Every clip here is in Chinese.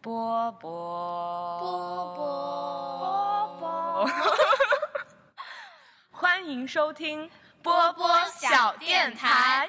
波波波波波 波，欢迎收听波波小电台。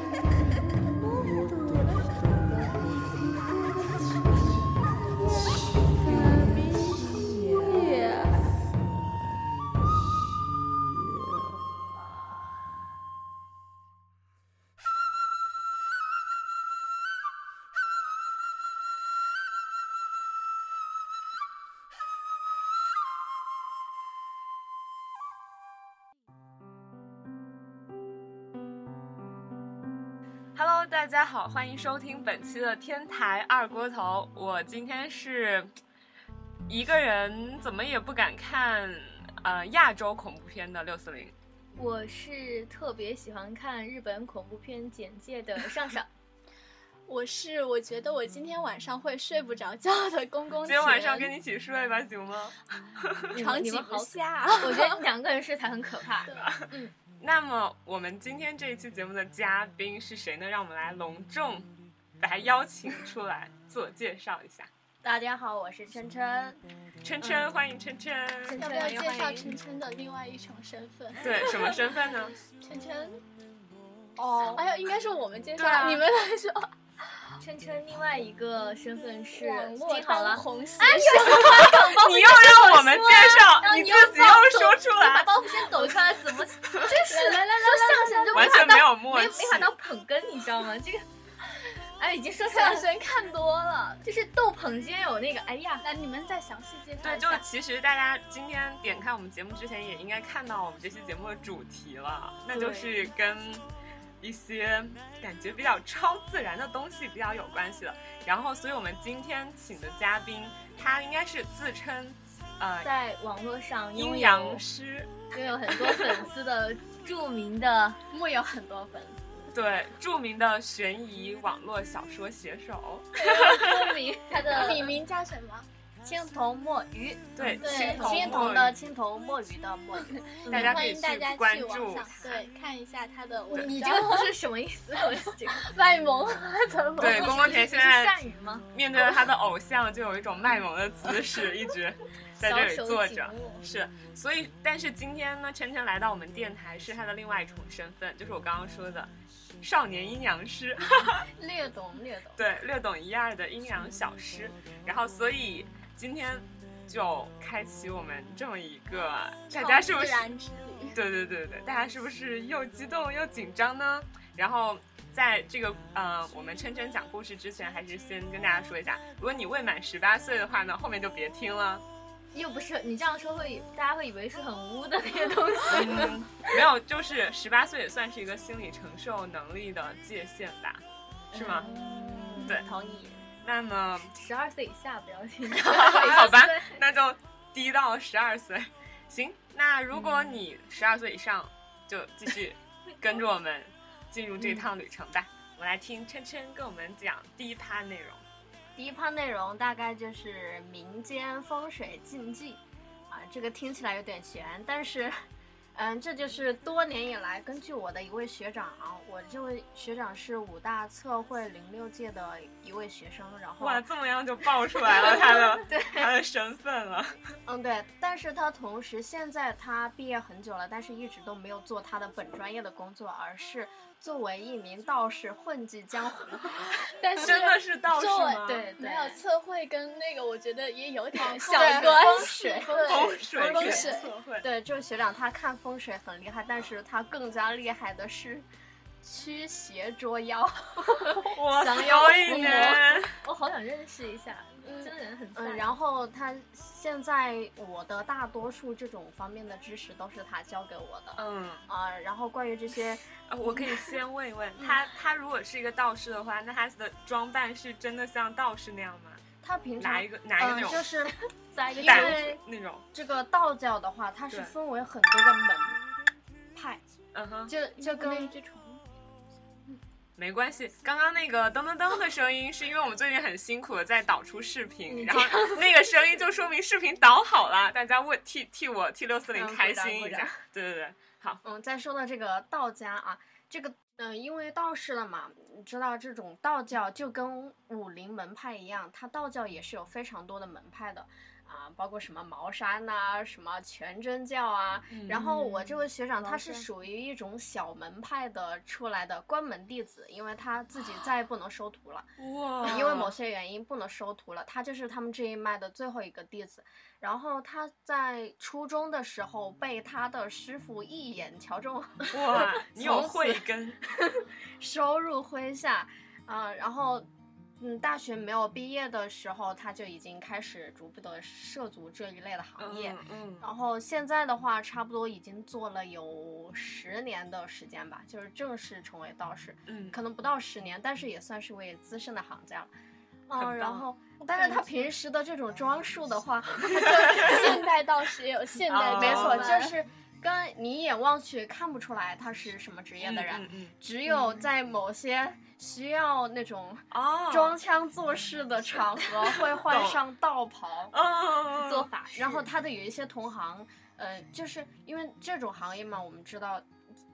Hello，大家好，欢迎收听本期的天台二锅头。我今天是一个人，怎么也不敢看呃亚洲恐怖片的六四零。我是特别喜欢看日本恐怖片简介的 上上，我是我觉得我今天晚上会睡不着觉的公公。今天晚上跟你一起睡吧，行吗？你长们你颈们不好死，下。 我觉 得两个人睡才很可怕。那么我们今天这一期节目的嘉宾是谁呢？让我们来隆重把他邀请出来自我介绍一下。大家好，我是琛琛，琛琛，欢迎琛琛。琛要琛不要欢迎介绍欢晨迎。晨的另外一重身份？对，什么身份呢？晨晨，哦哎呀，应该是我们介对啊绍，你们来说。琛琛另外一个身份是，网络听好当了， 哎红先你又让我们介绍，让你哦你自又己又说出你把来，包袱先抖出来，怎 么真是来来来来说相声就没完全法没当有默没契没。法当捧哏，你知道 吗？这个，哎，已经说出来相了，声看多了。就是逗捧间有那个，哎呀，来，你们再详细介绍对，一就是下。其实大家今天点开我们节目之前，也应该看到我们这期节目的主题了，那就是跟一些感觉比较超自然的东西比较有关系的。然后，所以我们今天请的嘉宾，他应该是自称呃在网络上拥阴有阳师，拥有很多粉丝 的著名 的，木有很多粉丝，对，著名的悬疑网络小说写手，著名他 笔的名叫什么？青铜墨鱼，对，对青嗯铜青铜墨的鱼青铜墨鱼的墨鱼，大家可嗯欢以迎大家关去网注上。对看一下他的文章。 你这个不是什么意思？我这个卖萌，啊怎么对，公公田你现是在善于吗？面对着他的偶像，就有一种卖萌的姿势，一直在这里小手坐紧着。握是，所以但是今天呢，晨晨来到我们电台是他的另外一重身份，就是我刚刚说的少年阴阳师， 略懂略懂。对，略懂一二的阴阳小师。然后所以今天就开启我们这么一个，大家是不超是自？然之旅？对对对对，大家是不是又激动又紧张呢？然后在这个呃，我们琛琛讲故事之前，还是先跟大家说一下，如果你未满十八岁的话呢，后面就别听了。又不是你这样说会，大家会以为是很污的那些东西。嗯，没有，就是十八岁也算是一个心理承受能力的界限吧， 是吗？嗯对同意。那么十二岁以下不要听。 好吧，那就低到十二岁。行，那如果你十二岁以上，就继续跟着我们进入这趟旅程吧。我们来听琛琛跟我们讲第一趴内容。第一趴内容大概就是民间风水禁忌，啊，这个听起来有点悬，但是， 嗯，这就是多年以来根据我的一位学长啊，我这位学长是武大测绘零六届的一位学生，然后哇，这么样就爆出来了他的他的身份了。嗯，对，但是他同时现在他毕业很久了，但是一直都没有做他的本专业的工作，而是作为一名道士混迹江湖。但是真的是道士作为吗？对哦没有测绘跟那个，我觉得也有点小对关风系水。风水风学水测绘对，这位学长他看风水很厉害，但是他更加厉害的是驱邪捉妖。哇，降妖所以伏呢魔，我好想认识一下，嗯真人很嗯，飒。然后他现在我的大多数这种方面的知识都是他教给我的嗯，啊、然后关于这些，呃我可以先问一问他，嗯他如果是一个道士的话，那他的装扮是真的像道士那样吗？他平常拿一个拿一个那嗯、就种是 在一因胆个为那种，这个道教的话，它是对分为很多个门派，嗯哼，就就一跟只 虫，没关系。刚刚那个噔噔噔的声音，是因为我们最近很辛苦的在导出视频，嗯然后那个声音就说明视频导好了，大家为替替我替六四零嗯开鼓掌心鼓一下掌。对对对，好，嗯，再说到这个道家啊，这个嗯、呃因为道士了嘛，你知道这种道教就跟武林门派一样，它道教也是有非常多的门派的啊，包括什么茅山呐、什么全真教啊。然后我这位学长他嗯茅是山属于一种小门派的出来的关门弟子，因为他自己再也不能收徒了。嗯哇，因为某些原因不能收徒了，他就是他们这一脉的最后一个弟子。然后他在初中的时候被他的师傅一眼瞧中， 哇，你有从此慧根，收入麾下，啊、然后。嗯，大学没有毕业的时候，他就已经开始逐步的涉足这一类的行业。嗯嗯，然后现在的话，差不多已经做了有十年的时间吧，就是正式成为道士。嗯可能不到十年，但是也算是位资深的行家了。很棒嗯，然后，感但是他觉平时的这种装束的话，现代道士 也有现代哦装扮，。没错，哦就是跟你一眼望去看不出来他是什么职业的人，嗯嗯只有在某些需要那种嗯哦，装腔作势的场合会换懂上道袍。嗯做法。然后他的有一些同行，呃，就是因为这种行业嘛，我们知道。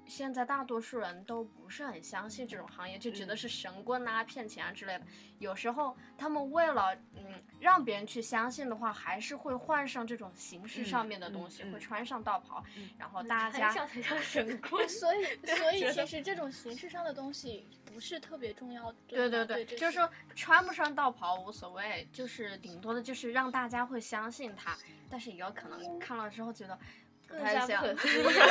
现在大多数人都不是很相信这种行业，就觉得嗯是神棍啊、骗钱啊之类的。有时候他们为了嗯让别人去相信的话，还是会换上这种形式上面的东西，嗯嗯嗯会穿上道袍，嗯然后大很家像才像神 棍 所以，所以觉其得实这种形式上的东西不是特别重要。对对对吧对，这对，就是说穿不上道袍无所谓，就是顶多的就是让大家会相信他，但是也有可能看了之后觉得不更太加不像。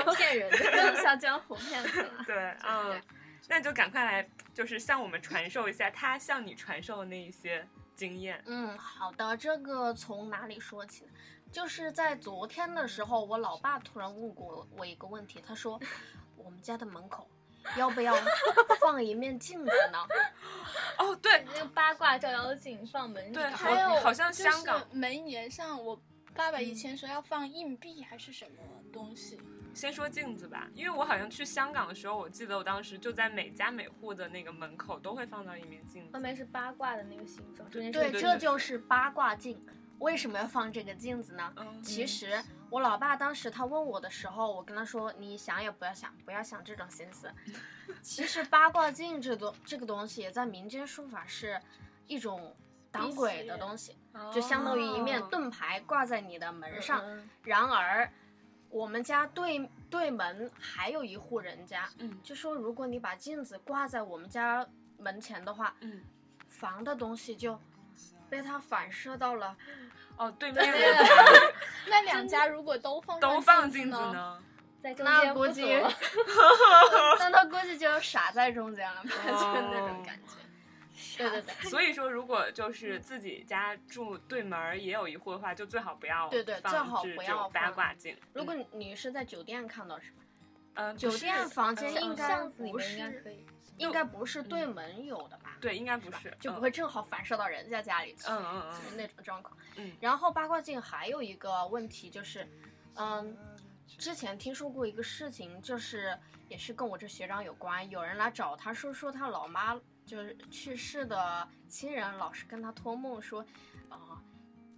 可思议，更 骗人的，更像江湖骗子 了。对，嗯，那就赶快来，就是向我们传授一下他向你传授的那一些经验。嗯，好的，这个从哪里说起呢？就是在昨天的时候，我老爸突然问过我一个问题，他说：“我们家的门口要不要放一面镜子 呢哦，对，那个八卦照妖镜放门对上，好 还有好像就是香港门沿上，我爸爸嗯以前说要放硬币还是什么东西，先说镜子吧，因为我好像去香港的时候，我记得我当时就在每家每户的那个门口都会放到一面镜外子。面是八卦的那个形状，中？”间对是对，对这对就是八卦镜。为什么要放这个镜子呢？嗯，其实我老爸当时他问我的时候，我跟他说：“你想也不要想，不要想这种心 思。”其实八卦镜这东这个东西，在民间说法是一种挡鬼的东西。哦就相当于一哦面盾牌挂在你的嗯门上。嗯然而，我们家对对门还有一户人家，嗯就说如果你把镜子挂在我们家门前的话，嗯，房的东西就被它反射到了。哦， 对面对的啊家里 那两家如果都放都放镜镜子呢？ 呢。在中那间估不 计 走，那它估计就傻在中间了吧，就是那哦种感嗯觉。对 对对。所以说，如果就是自己家住对门儿也有一户的话，就最好不要对对放最好置不这要种八放卦镜。如果你是在酒店看到是吧？嗯，酒不是店房间呃应该巷子里不面应该是，可以。应该不是对门有的吧？对，应该不是，就不嗯会正好反射到人家家里去。嗯嗯 嗯就是那种状况。嗯然后八卦镜还有一个问题就是，嗯，之前听说过一个事情，就是也是跟我这学长有关，有人来找他说说他老妈就是去世的亲人老是跟他托梦说，啊、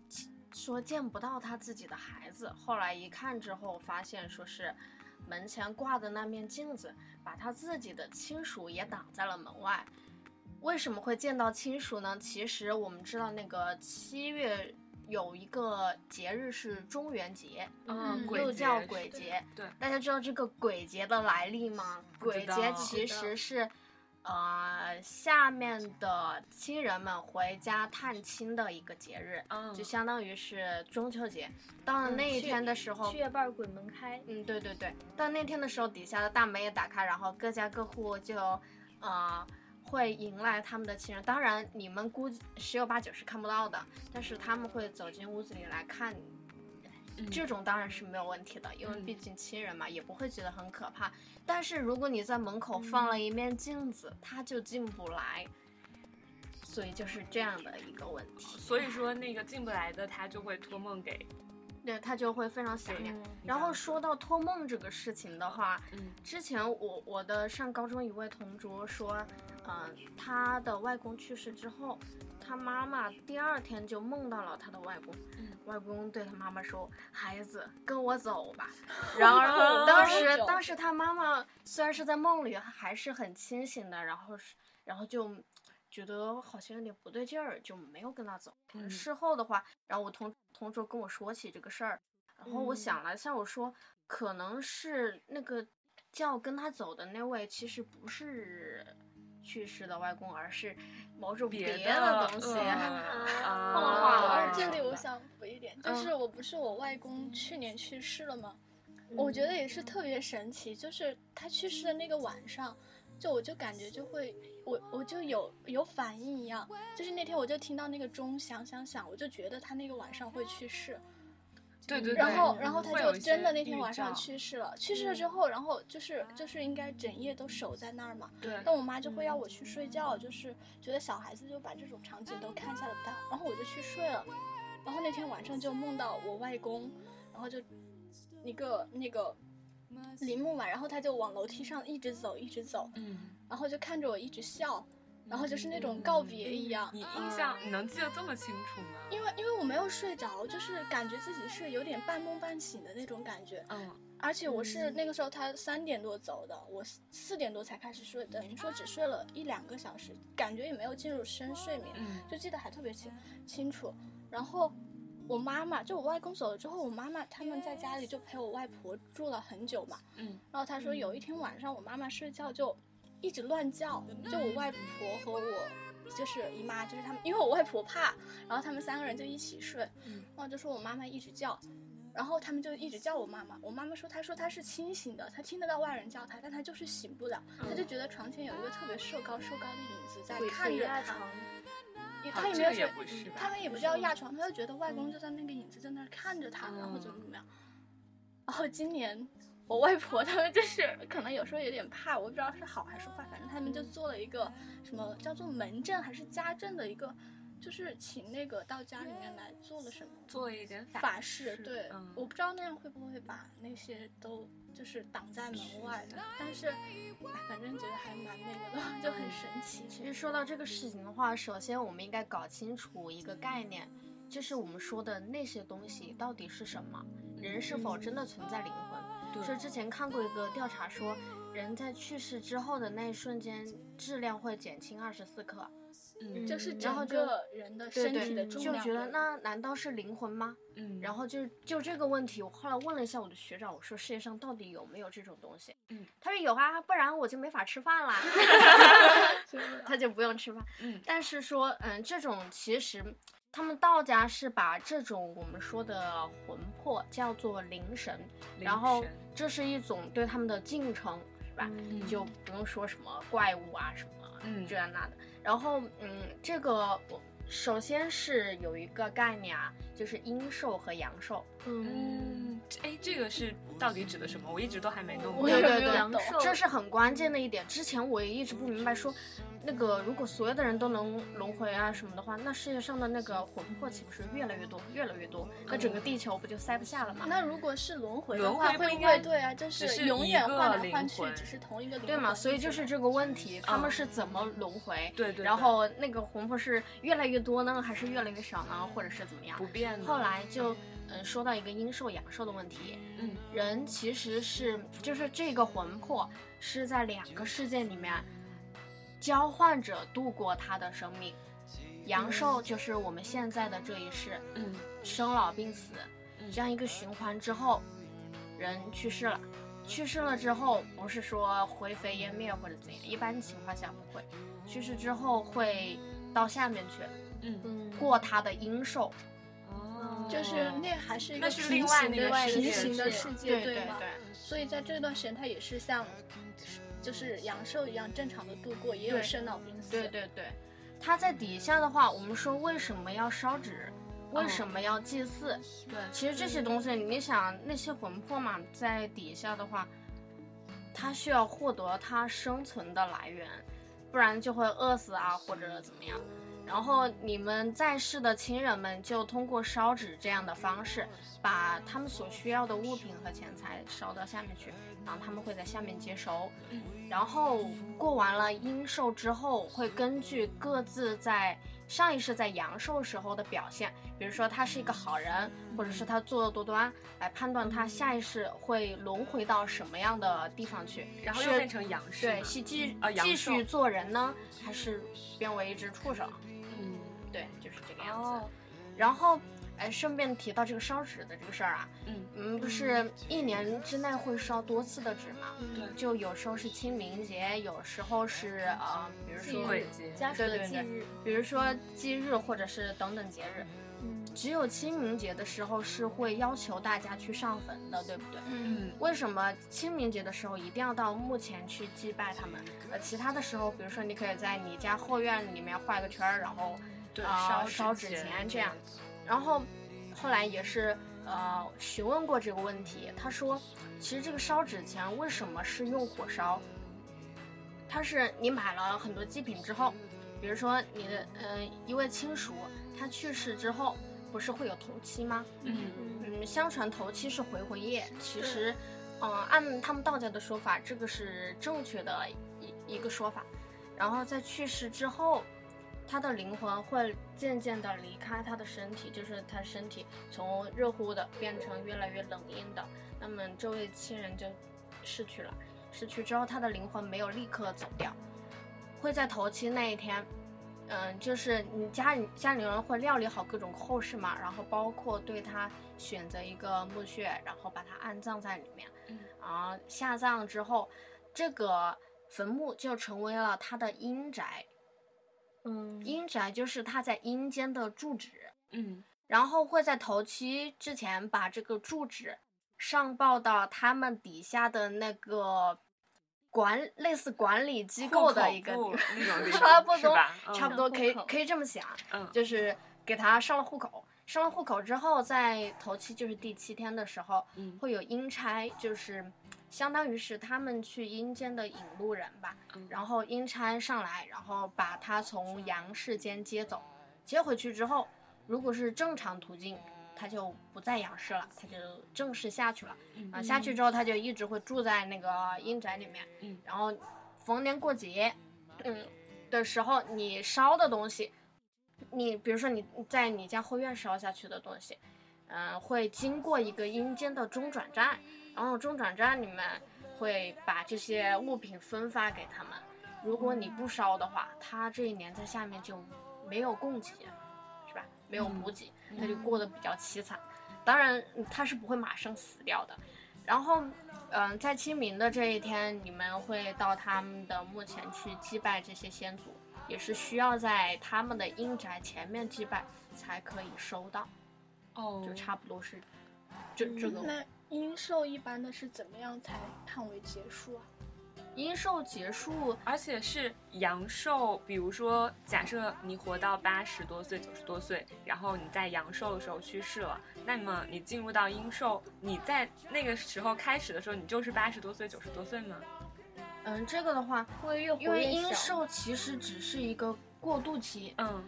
其说见不到他自己的孩子，后来一看之后发现说是。门前挂的那面镜子，把他自己的亲属也挡在了门外，为什么会见到亲属呢？其实我们知道，那个七月有一个节日是中元节，嗯，嗯鬼又节叫是鬼节。对大家知道这个鬼节的来历吗？不知鬼道节其不知道实是，呃，下面的亲人们回家探亲的一个节日，嗯，就相当于是中秋节。到了那一天的哦时候，七月半儿鬼门开，嗯，对对对，到那天的时候，底下的大门也打开，然后各家各户就，呃，会迎来他们的亲人。当然，你们估计十有八九是看不到的，但是他们会走进屋子里来看你。这种当然是没有问题的，因为嗯毕竟亲人嘛，也不会觉得很可怕。但是如果你在门口放了一面镜子，他就进不来，所以就是这样的一个问题。所以说那个进不来的他就会托梦给对他就会非常想念。嗯啊 然后说到托梦这个事情的话， 嗯之前我我的上高中一位同桌说，嗯、他的外公去世之后，他妈妈第二天就梦到了他的外公，嗯外公对他妈妈说：“孩子，跟我走吧。”然后当时当时他妈妈虽然是在梦里，还是很清醒的，然后是然后就觉得好像有点不对劲儿，就没有跟他走。呃嗯事后的话，然后我同同桌跟我说起这个事儿，然后我嗯想了一下，我说可能是那个叫跟他走的那位，其实不是去世的外公，而是某 种别的东西。 啊，梦话了啊而哦这且里我想补一点，嗯就是我不是我外公去年去世了吗？我觉得也嗯是特别神奇，就是他去世的那个晚上，就我就感觉就会，我我就有有反应一样，就是那天我就听到那个钟响响响，我就觉得他那个晚上会去世，对对对，然后嗯然后他会就有一些真的那天预晚上兆嗯去世了，去世了之后，然后就是就是应该整夜都守在那儿嘛，对，但我妈就嗯会要我去睡觉，就是觉得小孩子就把这种场景都看吓得不大，然后我就去睡了。然后那天晚上就梦到我外公，然后就一个那个林木嘛，然后他就往楼梯上一直走，一直走，嗯，然后就看着我一直笑，然后就是那种告别一样。你印象你能记得这么清楚吗？嗯因为因为我没有睡着，就是感觉自己是有点半梦半醒的那种感觉，嗯，而且我是那个时候他三点多走的，我四四点多才开始睡，等于说只睡了一两个小时，感觉也没有进入深睡眠，嗯就记得还特别清清楚。然后我妈妈就我外公走了之后，我妈妈他们在家里就陪我外婆住了很久嘛。嗯然后她说有一天晚上我妈妈睡觉就一直乱叫，就我外婆和我就是姨妈，就是他们，因为我外婆怕，然后他们三个人就一起睡，嗯然后就说我妈妈一直叫，然后他们就一直叫我妈妈，我妈妈说她说她是清醒的，她听得到外人叫她，但她就是醒不了，嗯她就觉得床前有一个特别瘦高瘦高的影子在鬼看鬼着压她，床，也好她也啊这没有个也睡，不是吧他们也不叫压床，他就觉得外公就在那个影子在那儿看着他，然后怎么怎么样。然后今年我外婆他们就是可能有时候有点怕，我不知道是好还是坏，反正他们就做了一个什么叫做门阵还是家政的一个，就是请那个到家里面来做了什么做了一点法事。事对，嗯我不知道那样会不会把那些都就是挡在门外的，但是哎反正觉得还蛮那个的， 就很神奇。其实说到这个事情的话，首先我们应该搞清楚一个概念，就是我们说的那些东西到底是什么，人是否真的存在灵魂？对就之前看过一个调查说，人在去世之后的那一瞬间，质量会减轻二十四克。嗯就是嗯然整后就个人的对身体的对，重就量觉得的那难道是灵魂吗？嗯，然后就就这个问题，我后来问了一下我的学长，我说世界上到底有没有这种东西？嗯，他说有啊，不然我就没法吃饭 啦，他就不用吃饭。嗯但是说，嗯，这种其实他们道家是把这种我们说的魂魄叫做灵神，然后这是一种对他们的敬称，是吧？嗯就不用说什么怪物啊什么嗯这那的。然后，嗯，这个我首先是有一个概念啊，就是阴寿和阳寿。嗯，哎，这个是到底指的什么？我一直都还没弄我过。也对对没有对懂阳寿这是很关键的一点。之前我也一直不明白说，那个如果所有的人都能轮回啊什么的话，那世界上的那个魂魄岂不是越来越多，越来越多？那整个地球不就塞不下了吗？那如果是轮回的轮话，回不会应不该会对啊？就只是永一远个换来灵换去魂，只是同一个灵魂。对嘛？所以就是这个问题，他嗯们是怎么轮回？对对对然后那个魂魄是越来越多呢，还是越来越少呢，或者是怎么样不？变的。后来就，嗯，说到一个阴寿阳寿的问题，嗯人其实是就是这个魂魄是在两个世界里面交换着度过他的生命。阳寿就是我们现在的这一世，嗯生老病死嗯这样一个循环之后，人去世了。去世了之后，不是说灰飞烟灭或者怎样，一般情况下不会。去世之后会到下面去嗯嗯，过他的阴寿，嗯哦，就是那还是一那个是平另外行那的个世平界行的去世了界，对吗？对。所以在这段时间，它也是像就是阳寿一样正常的度过，也有对生老病死。对对对，它在底下的话，我们说为什么要烧纸，为嗯什么要祭祀？对其实这些东西，你想那些魂魄嘛，在底下的话，它需要获得它生存的来源，不然就会饿死啊，或者怎么样。然后你们在世的亲人们就通过烧纸这样的方式，把他们所需要的物品和钱财烧到下面去，然后他们会在下面接收。然后过完了阴寿之后，会根据各自在上一世在阳寿时候的表现，比如说他是一个好人，或者是他作恶多端，来判断他下一世会轮回到什么样的地方去。然后又是变成阳世对，嘛，是继啊阳继寿续做人呢，还是变为一只畜生？嗯，对，就是这个样子。哦，然后，哎，顺便提到这个烧纸的这个事儿啊，嗯嗯，不是一年之内会烧多次的纸吗？对就有时候是清明节，有时候是呃，比如忌说，鬼日节家属对的对忌对日，比如说忌日或者是等等节日，嗯，只有清明节的时候是会要求大家去上坟的，对不对？嗯，嗯为什么清明节的时候一定要到墓前去祭拜他们？呃，其他的时候，比如说你可以在你家后院里面画一个圈儿，然后对啊、烧烧纸纸钱钱这样。然后后来也是呃询问过这个问题，他说，其实这个烧纸钱为什么是用火烧？它是你买了很多祭品之后，比如说你的呃一位亲属他去世之后，不是会有头七吗？嗯嗯，相传头七是回魂夜，其实，嗯、按他们道家的说法，这个是正确的一一个说法。然后在去世之后，他的灵魂会渐渐的离开他的身体，就是他身体从热乎的变成越来越冷硬的，那么这位亲人就逝去了。逝去之后，他的灵魂没有立刻走掉，会在头七那一天，嗯、就是你家里家里人会料理好各种后事嘛，然后包括对他选择一个墓穴，然后把他安葬在里面，嗯然后下葬之后，这个坟墓就成为了他的阴宅，嗯，阴宅就是他在阴间的住址，嗯然后会在头七之前把这个住址上报到他们底下的那个管类似管理机构的一个户口地簿那种地方，差不是多吧方，差 不嗯多可以户口可以这么想，嗯就是给他上了户口。上了户口之后，在头七就是第七天的时候，嗯会有阴差，就是相当于是他们去阴间的引路人吧。嗯然后阴差上来，然后把他从阳世间接走，接回去之后，如果是正常途径，他就不在阳世了，他就正式下去了。啊，嗯下去之后他就一直会住在那个阴宅里面。嗯然后逢年过节，嗯的时候，你烧的东西，你比如说你在你家后院烧下去的东西，嗯、会经过一个阴间的中转站，然后中转站里面会把这些物品分发给他们。如果你不烧的话，他这一年在下面就没有供给，是吧？没有补给，他就过得比较凄惨。当然，嗯他是不会马上死掉的。然后，嗯、在清明的这一天，你们会到他们的墓前去祭拜这些先祖，也是需要在他们的阴宅前面祭拜才可以收到，哦就差不多是这嗯这个那阴寿一般的是怎么样才判为结束啊？阴寿结束。而且是阳寿，比如说，假设你活到八十多岁、九十多岁，然后你在阳寿的时候去世了，那么你进入到阴寿，你在那个时候开始的时候，你就是八十多岁、九十多岁吗？嗯，这个的话，会越活因为越阴小 寿其实只是一个过渡期，嗯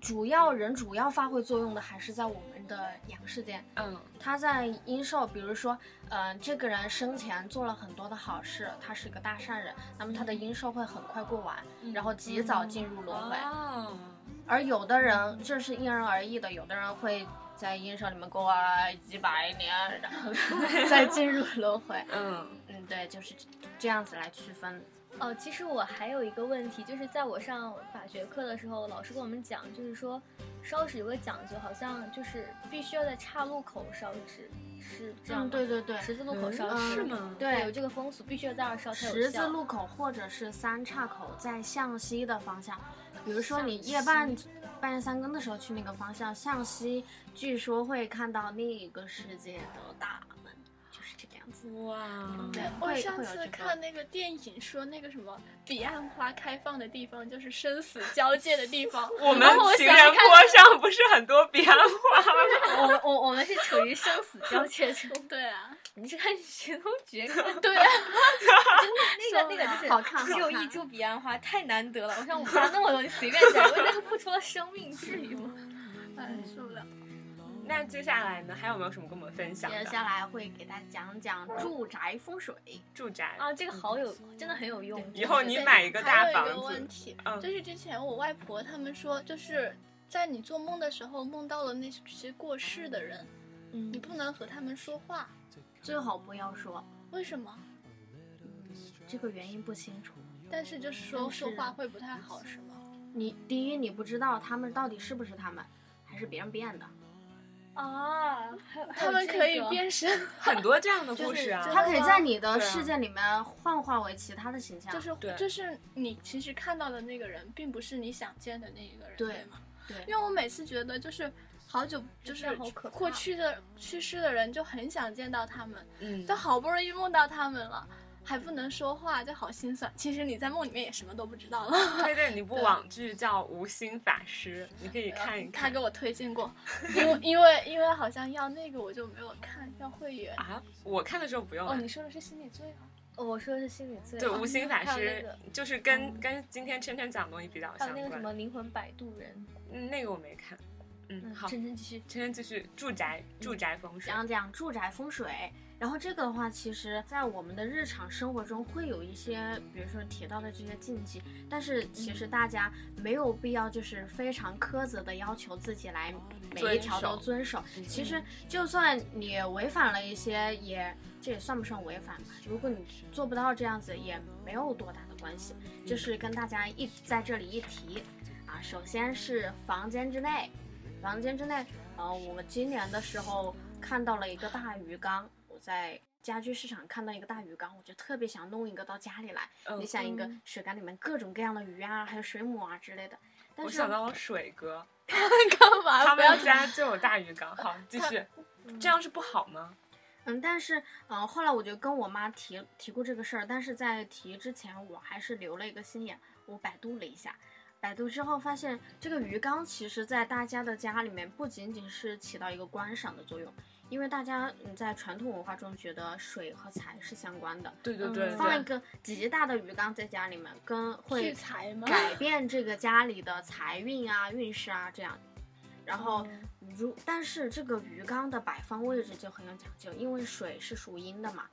主要人主要发挥作用的还是在我们的阳世间。嗯他在阴寿，比如说，呃，这个人生前做了很多的好事，他是个大善人，那么他的阴寿会很快过完，嗯然后及早进入轮回。哦，而有的人，这是因人而异的，有的人会在阴寿里面过完几百年，然后再进入轮回。嗯嗯，对，就是这样子来区分。哦，其实我还有一个问题，就是在我上法学课的时候，老师跟我们讲，就是说烧纸有个讲究，好像就是必须要在岔路口烧纸，是这样吗、嗯，对对对，十字路口烧嗯纸、是吗？对有这个风俗，必须要在那儿烧才有效。十字路口或者是三岔口在向西的方向，比如说你夜半半夜三更的时候去那个方向向西，据说会看到另一个世界的大门，就是这个样子。嗯哇，对，会我会上有次这个看那个电影说那个什么彼岸花开放的地方就是生死交界的地 方，我们然后我情想人看坡上不是很多彼岸花吗？ 我们我我们是处于生死交界 中，对啊，你是看《寻龙诀》看对啊，那个那个就是好看只有好一看株彼岸花，太难得了。我想我们家那么多，你随便摘，为那个付出了生命，至于吗？哎，受不了。那接下来呢，还有没有什么跟我们分享接的下来会给大家讲讲住宅风水。住宅？啊，这个好有，真的很有用。以后你买一个大还有房一个问子，题，嗯就是之前我外婆他们说，就是在你做梦的时候梦到了那些过世的人，嗯你不能和他们说话，最好不要说，为什么？这个原因不清楚。但是就是说但是说话会不太好，是吗？你第一，你不知道他们到底是不是他们，还是别人变的。啊，还有啊他们可以，还有变身， 很多这样的就故是事啊真。他可以在你的对啊世界里面幻化为其他的形象。就是对就是你其实看到的那个人，并不是你想见的那一个人，对对吗？对，因为我每次觉得就是好久就是这好可怕过去的去世的人，就很想见到他们，嗯都，好不容易梦到他们了，还不能说话，就好心酸。其实你在梦里面也什么都不知道了。 推荐你部网剧叫《无心法师》，你可以看一他看给我推荐过，因为因为因为好像要那个我就没有看，要会员。啊。我看的时候不用哦，啊。你说的是心理啊罪吗？哦我说的是心理罪，对，啊无心法还有那师个就是跟跟今天琛琛讲的东西比较还有相那个什关。么灵魂摆渡人，嗯，那个我没看。嗯，好，琛真真继续。琛继续住宅住宅风水。讲讲住宅风水。然后这个的话，其实，在我们的日常生活中会有一些，比如说提到的这些禁忌，但是其实大家没有必要就是非常苛责的要求自己来每一条都遵守。嗯其实，就算你违反了一些，也这也算不上违反吧。如果你做不到这样子，也没有多大的关系。就是跟大家一在这里一提啊，首先是房间之内，房间之内，呃，我们今年的时候看到了一个大鱼缸，我在家居市场看到一个大鱼缸，我就特别想弄一个到家里来。嗯你想一个嗯水缸里面各种各样的鱼啊，还有水母啊之类的。但我是想到了水 哥，干嘛？他不要们家就有大鱼缸。好，继续。这样是不好吗？嗯，但是，嗯、后来我就跟我妈提提过这个事儿，但是在提之前，我还是留了一个心眼，我百度了一下，百度之后发现，这个鱼缸其实在大家的家里面不仅仅是起到一个观赏的作用，因为大家嗯在传统文化中觉得水和财是相关的，对对对嗯放一对。个极大的鱼缸在家里面，跟聚会财吗？改变这个家里的财运啊、运势啊这样。然后，如但是这个鱼缸的摆放位置就很有讲究，因为水是属阴的嘛。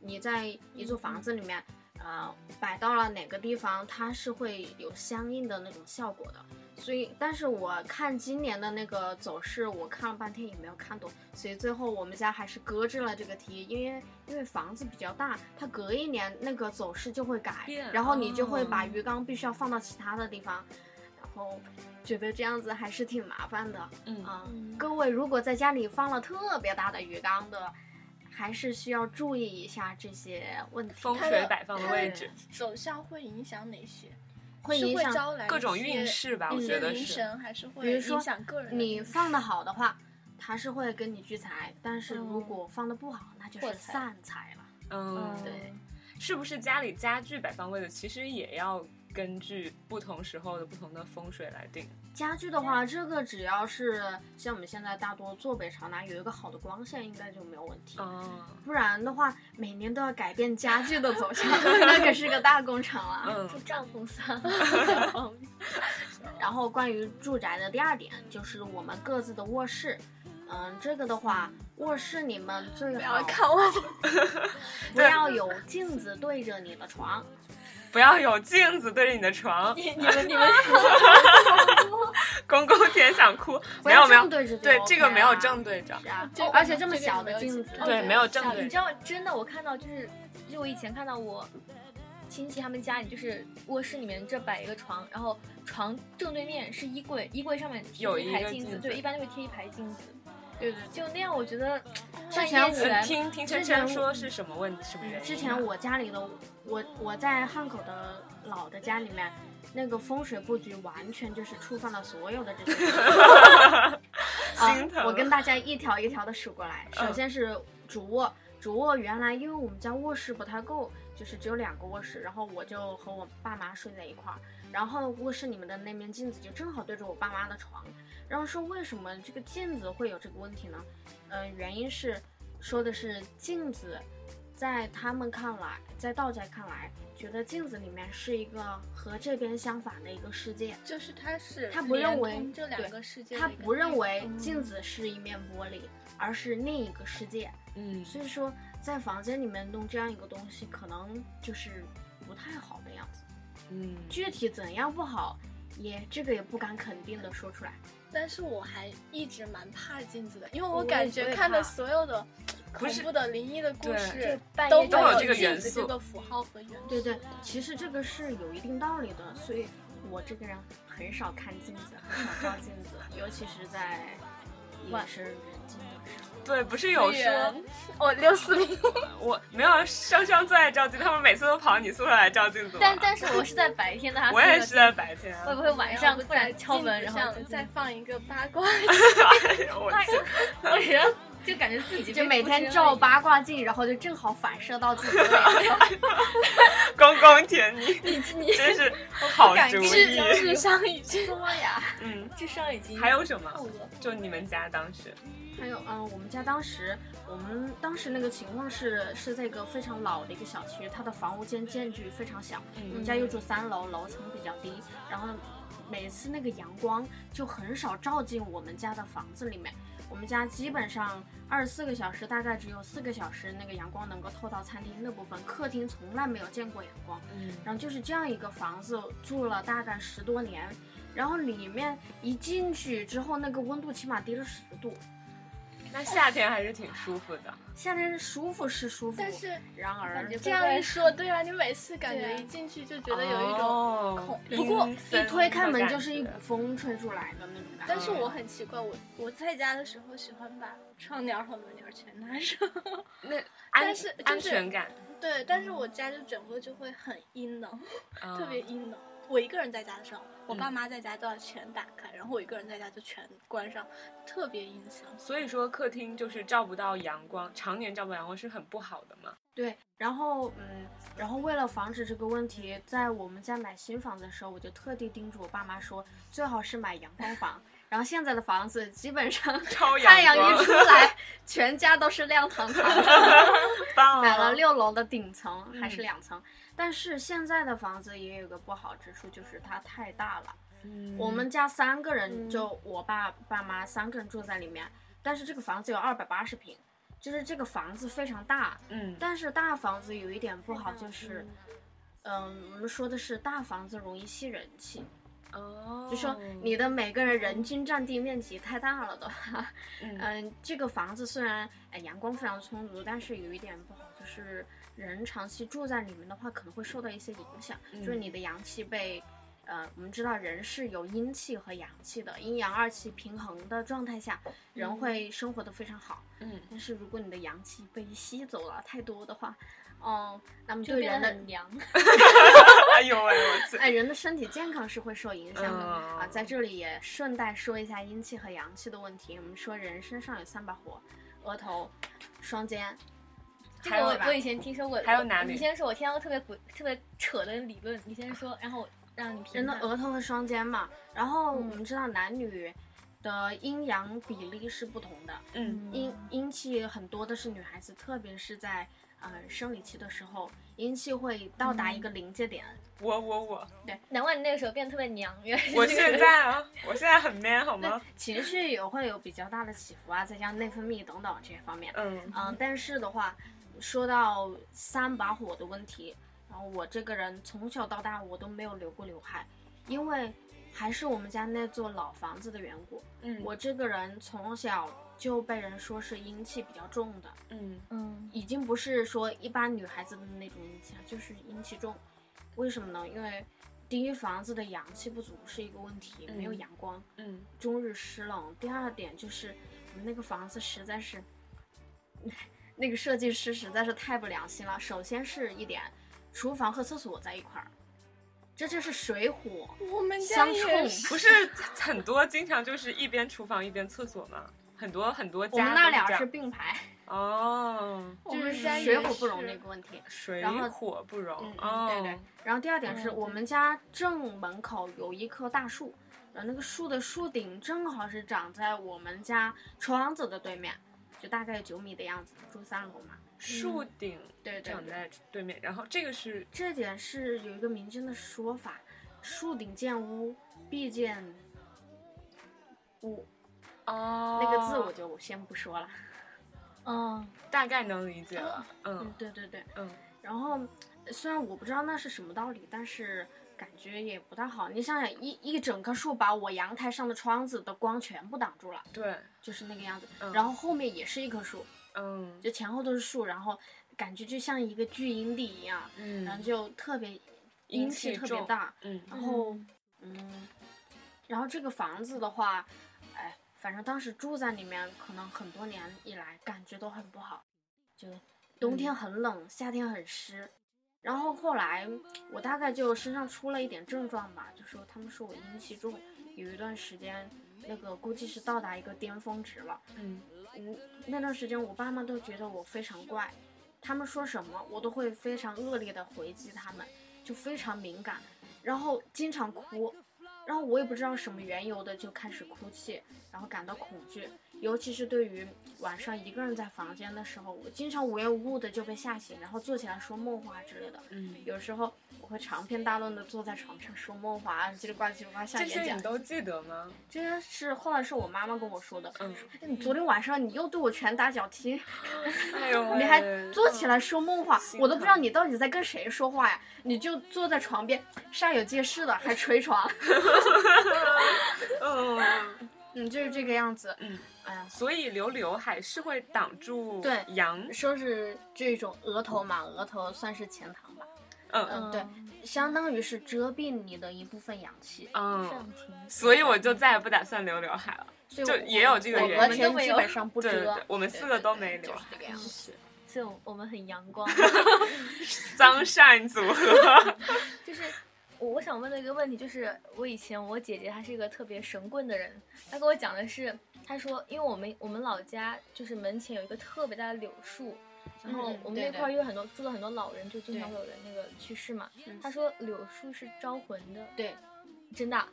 你在一座房子里面，呃，摆到了哪个地方，它是会有相应的那种效果的。所以，但是我看今年的那个走势，我看了半天也没有看懂，所以最后我们家还是搁置了这个题，因为因为房子比较大，它隔一年那个走势就会改变，然后你就会哦把鱼缸必须要放到其他的地方，然后觉得这样子还是挺麻烦的。嗯啊、嗯各位如果在家里放了特别大的鱼缸的，还是需要注意一下这些问题，风它水的摆放的它的位置，走向会影响哪些？会是影会响招来各种一些运势啊吧我一些觉得灵是神还是比会如说影响个人的你运势放的好的话，它是会跟你聚财；但是如果放的不好，那就破是财散财了。嗯，对是不是家里家具摆放位置其实也要根据不同时候的不同的风水来定？家具的话，这个只要是像我们现在大多坐北朝南，有一个好的光线，应该就没有问题。哦，不然的话，每年都要改变家具的走向，那可是个大工程 啊。嗯住帐篷 散，然后关于住宅的第二点，就是我们各自的卧室。嗯，这个的话，卧室你们最不好要看我，不要有镜子对着你的床，不要有镜子对着你的 床，你们你们公公天想哭，不没有没有正，对着就对 OK 这个没有啦正对着是，啊这个，而且这么这个小没有的镜镜子，子对，没有正你对知着，道，真的，我看到就是，就我以前看到我亲戚他们家里，就是卧室里面这摆一个床，然后床正对面是衣柜，衣柜上面是有一一个排镜镜子对，一般都会贴一排镜子，对对就那样，我觉得之半前夜起我嗯来，听听琛之前琛我说是什么问什么原因啊？嗯之前我家里的，我我在汉口的老的家里面，那个风水布局完全就是触犯了所有的这啊些。啊心疼，我跟大家一条一条的数过来。首嗯先是主卧，主卧原来因为我们家卧室不太够，就是只有两个卧室，然后我就和我爸妈睡在一块儿，然后卧室里面的那面镜子就正好对着我爸妈的床，然后说为什么这个镜子会有这个问题呢？呃，原因是说的是镜子，在他们看来，在道家看来，觉得镜子里面是一个和这边相反的一个世界，就是他是他不认为连通这对两个世界的他一个不认内为容镜子是一面玻璃，而是另一个世界。嗯，所以说，在房间里面弄这样一个东西，可能就是不太好的样子。嗯，具体怎样不好，也这个也不敢肯定的说出来。但是我还一直蛮怕镜子的，因为我我也感我觉也看的怕所有的恐是怖的、灵异的故对事半夜都就都有会有这个镜元子素这个符号和元素。对对，其实这个是有一定道理的，所以我这个人很少看镜子，很少照镜子，尤其是在夜深人静的时候。对，不是有资说源哦，六四零，我没有双双最爱照镜，他们每次都跑你宿舍来照镜子嘛。但但是我是在白天的，他我也是四个在白天啊，会不会晚上突然敲门，然后上再放一个八 卦，我哎我觉得 就感觉自己就被每附天身照了一样。八卦镜，然后就正好反射到自己的脸上。 公公舔你，你你真是好敢主跟意。你智智商 已经说呀。嗯，智商已经还 有什么够了就你们家当时，还有，嗯、我们家当时，我们当时那个情况是，是在一个非常老的一个小区，它的房屋间间距非常小，我们嗯家又住三楼，楼层比较低，然后每次那个阳光就很少照进我们家的房子里面，我们家基本上二十四个小时，大概只有四个小时那个阳光能够透到餐厅那部分，客厅从来没有见过阳光。嗯，然后就是这样一个房子住了大概十多年，然后里面一进去之后，那个温度起码低了十度。那夏天还是挺舒服的。夏天是舒服是舒服，但是然而感觉这样一说，对啊，你每次感对觉啊一进去就觉得有一种，种恐不过一推开门就是一股风吹出来的那种感觉。但是我很奇怪，我我在家的时候喜欢把窗帘和门帘全拉上，那但安是就是安全感，对，但是我家就整个就会很阴冷，嗯特别阴冷。我一个人在家的时候，我嗯爸妈在家都要全打开，然后我一个人在家就全关上，特别阴森。所以说客厅就是照不到阳光，常年照不到阳光是很不好的嘛。对，然后嗯，然后为了防止这个问题，在我们家买新房子的时候，我就特地叮嘱我爸妈说，最好是买阳光房。 然后现在的房子基本上超太阳光 一出来，全家都是亮堂堂的。棒、啊，买了六楼的顶层还是嗯两层，但是现在的房子也有个不好之处，就是它太大了。嗯我们家三个人，嗯就我爸爸妈三个人住在里面，但是这个房子有二百八十平，就是这个房子非常大。嗯但是大房子有一点不好就是嗯，嗯，我们说的是大房子容易吸人气，哦，就说你的每个人人均占地面积太大了 的话，嗯嗯，这个房子虽然呃阳光非常充足，但是有一点不好就是人长期住在里面的话，可能会受到一些影响，嗯就是你的阳气被。呃，我们知道人是有阴气和阳气的，阴阳二气平衡的状态下，人嗯会生活的非常好。嗯但是如果你的阳气被吸走了太多的话，嗯，那么就对变人得的很凉。 哎呦喂，我去，哎，人的身体健康是会受影响的、嗯啊。在这里也顺带说一下阴气和阳气的问题。我们说人身上有三把火，额头、双肩，这还个有我吧我以前听说过，还有哪里你先说，我听到过特别鬼、特别扯的理论，你先说，然后我让你评人的判嗯额头和双肩嘛。然后我嗯们知道男女的阴阳比例是不同的，嗯阴阴气很多的是女孩子，特别是在呃生理期的时候，阴气会到达一个嗯临界点。我我 我，难怪你那个时候变得特别娘，原来是我这个现在啊， 我现在很 man 好对吗？，情绪也会有比较大的起伏啊，再加上内分泌等等这些方面。嗯嗯，但是的话，说到三把火的问题，然后我这个人从小到大我都没有留过刘海，因为还是我们家那座老房子的缘故。嗯我这个人从小就被人说是阴气比较重的，嗯嗯，已经不是说一般女孩子的那种阴气了，就是阴气重。为什么呢？因为第一房子的阳气不足是一个问题，没有嗯阳光，嗯终日湿冷。第二点就是我们那个房子实在是， 那个设计师实在是太不良心了。首先是一点，厨房和厕所在一块儿，这就是水火我们家相也冲。是， 不是很多经常就是一边厨房一边厕所吗？很多很多我们家那都是俩这是样并排，哦，我就们是家水也火不容是的一个问题。水然后火不容嗯，嗯，哦，对对。然后第二点是嗯我们家正门口有一棵大树，然后那个树的树顶正好是长在我们家窗子的对面，就大概九米的样子，住三楼嘛。树顶对对长对，在对面，然后这个是这点是有一个民间的说法：树顶见屋，必见屋。哦嗯那个字我就先不说了。嗯，大概能理解了，嗯嗯，对对对。嗯，然后呃虽然我不知道那是什么道理，但是感觉也不大好。你想想，一一整棵树把我阳台上的窗子的光全部挡住了，对，就是那个样子。嗯然后后面也是一棵树，嗯就前后都是树，然后感觉就像一个聚阴地一样，然嗯后就特别阴阴气气特别重大。嗯然后，嗯，然后这个房子的话，哎，反正当时住在里面，可能很多年以来感觉都很不好，就冬天很冷，夏天很湿。然后后来我大概就身上出了一点症状吧，就说他们说我阴气重，有一段时间那个估计是到达一个巅峰值了。嗯嗯，那段时间我爸妈都觉得我非常怪，他们说什么我都会非常恶劣的回击他们，就非常敏感，然后经常哭，然后我也不知道什么缘由的就开始哭泣，然后感到恐惧，尤其是对于晚上一个人在房间的时候，我经常无缘无故的就被吓醒，然后坐起来说梦话之类的。嗯，有时候我会长篇大论的坐在床上说梦话，叽里呱啦叽里呱啦像这演些讲你。都记得吗？这些是后来是我妈妈跟我说的，嗯， 你昨天晚上你又对我拳打脚踢，哎呦喂，你还坐起来说梦话，心我都不知道疼你到底在跟谁说话呀？你就坐在床边，煞有介事的还捶床，嗯，嗯，就是这个样子。嗯，哎呀，所以留刘海是会挡住对阳，说是这种额头嘛，额头算是钱塘吧，嗯嗯，对，相当于是遮蔽你的一部分阳气，嗯，上庭。所以我就再也不打算留刘海了。所以就我也有这个我原额因前基本上不遮，对对对我们对四个都对没对留就是这个样子。所以我我们很阳光。桑善组合，就是我我想问的一个问题，就是我以前我姐姐她是一个特别神棍的人，她跟我讲的是，她说因为我们我们老家就是门前有一个特别大的柳树。然后嗯我们对那对块儿有很多住了很多老人，就经常对会有人那个去世嘛嗯。她说柳树是招魂的，对，真的啊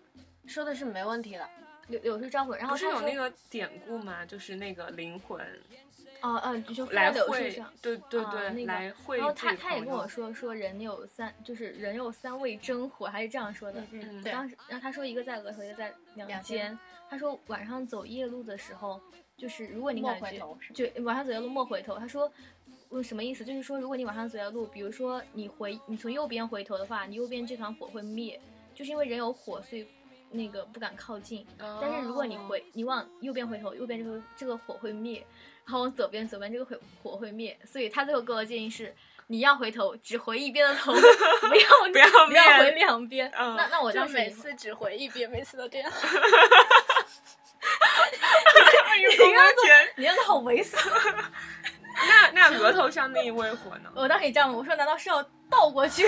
说的是没问题的。柳柳树招 魂。然后不是她有说那个典故吗？就是那个灵魂哦嗯，就来放柳树会上。，对对啊对，那个来会然后自己她她也朋跟我友说说人有三，就是人有三味真火，还是这样说的。嗯对，当时，然后他说一个在额头，一个在两两肩肩。他说晚上走夜路的时候，就是如果你莫感回觉头是吗就晚上走夜路莫回头。他说，我什么意思？就是说如果你晚上走夜路，比如说你回你从右边回头的话，你右边这团火会灭，就是因为人有火，所以那个不敢靠近。但是如果你哦回你往右边回头，右边这个这个火会灭，然后往左边左边这个火火会灭，所以他最后给我的建议是。你要回头，只回一边的头，不要不要不要面 回两边。嗯那那我就当时每以后次只回一遍，每次都这 样。哎呦我天，你真的好猥琐！ 那那额头上那一位火呢？我当时也这样问，我说难道是要倒过去？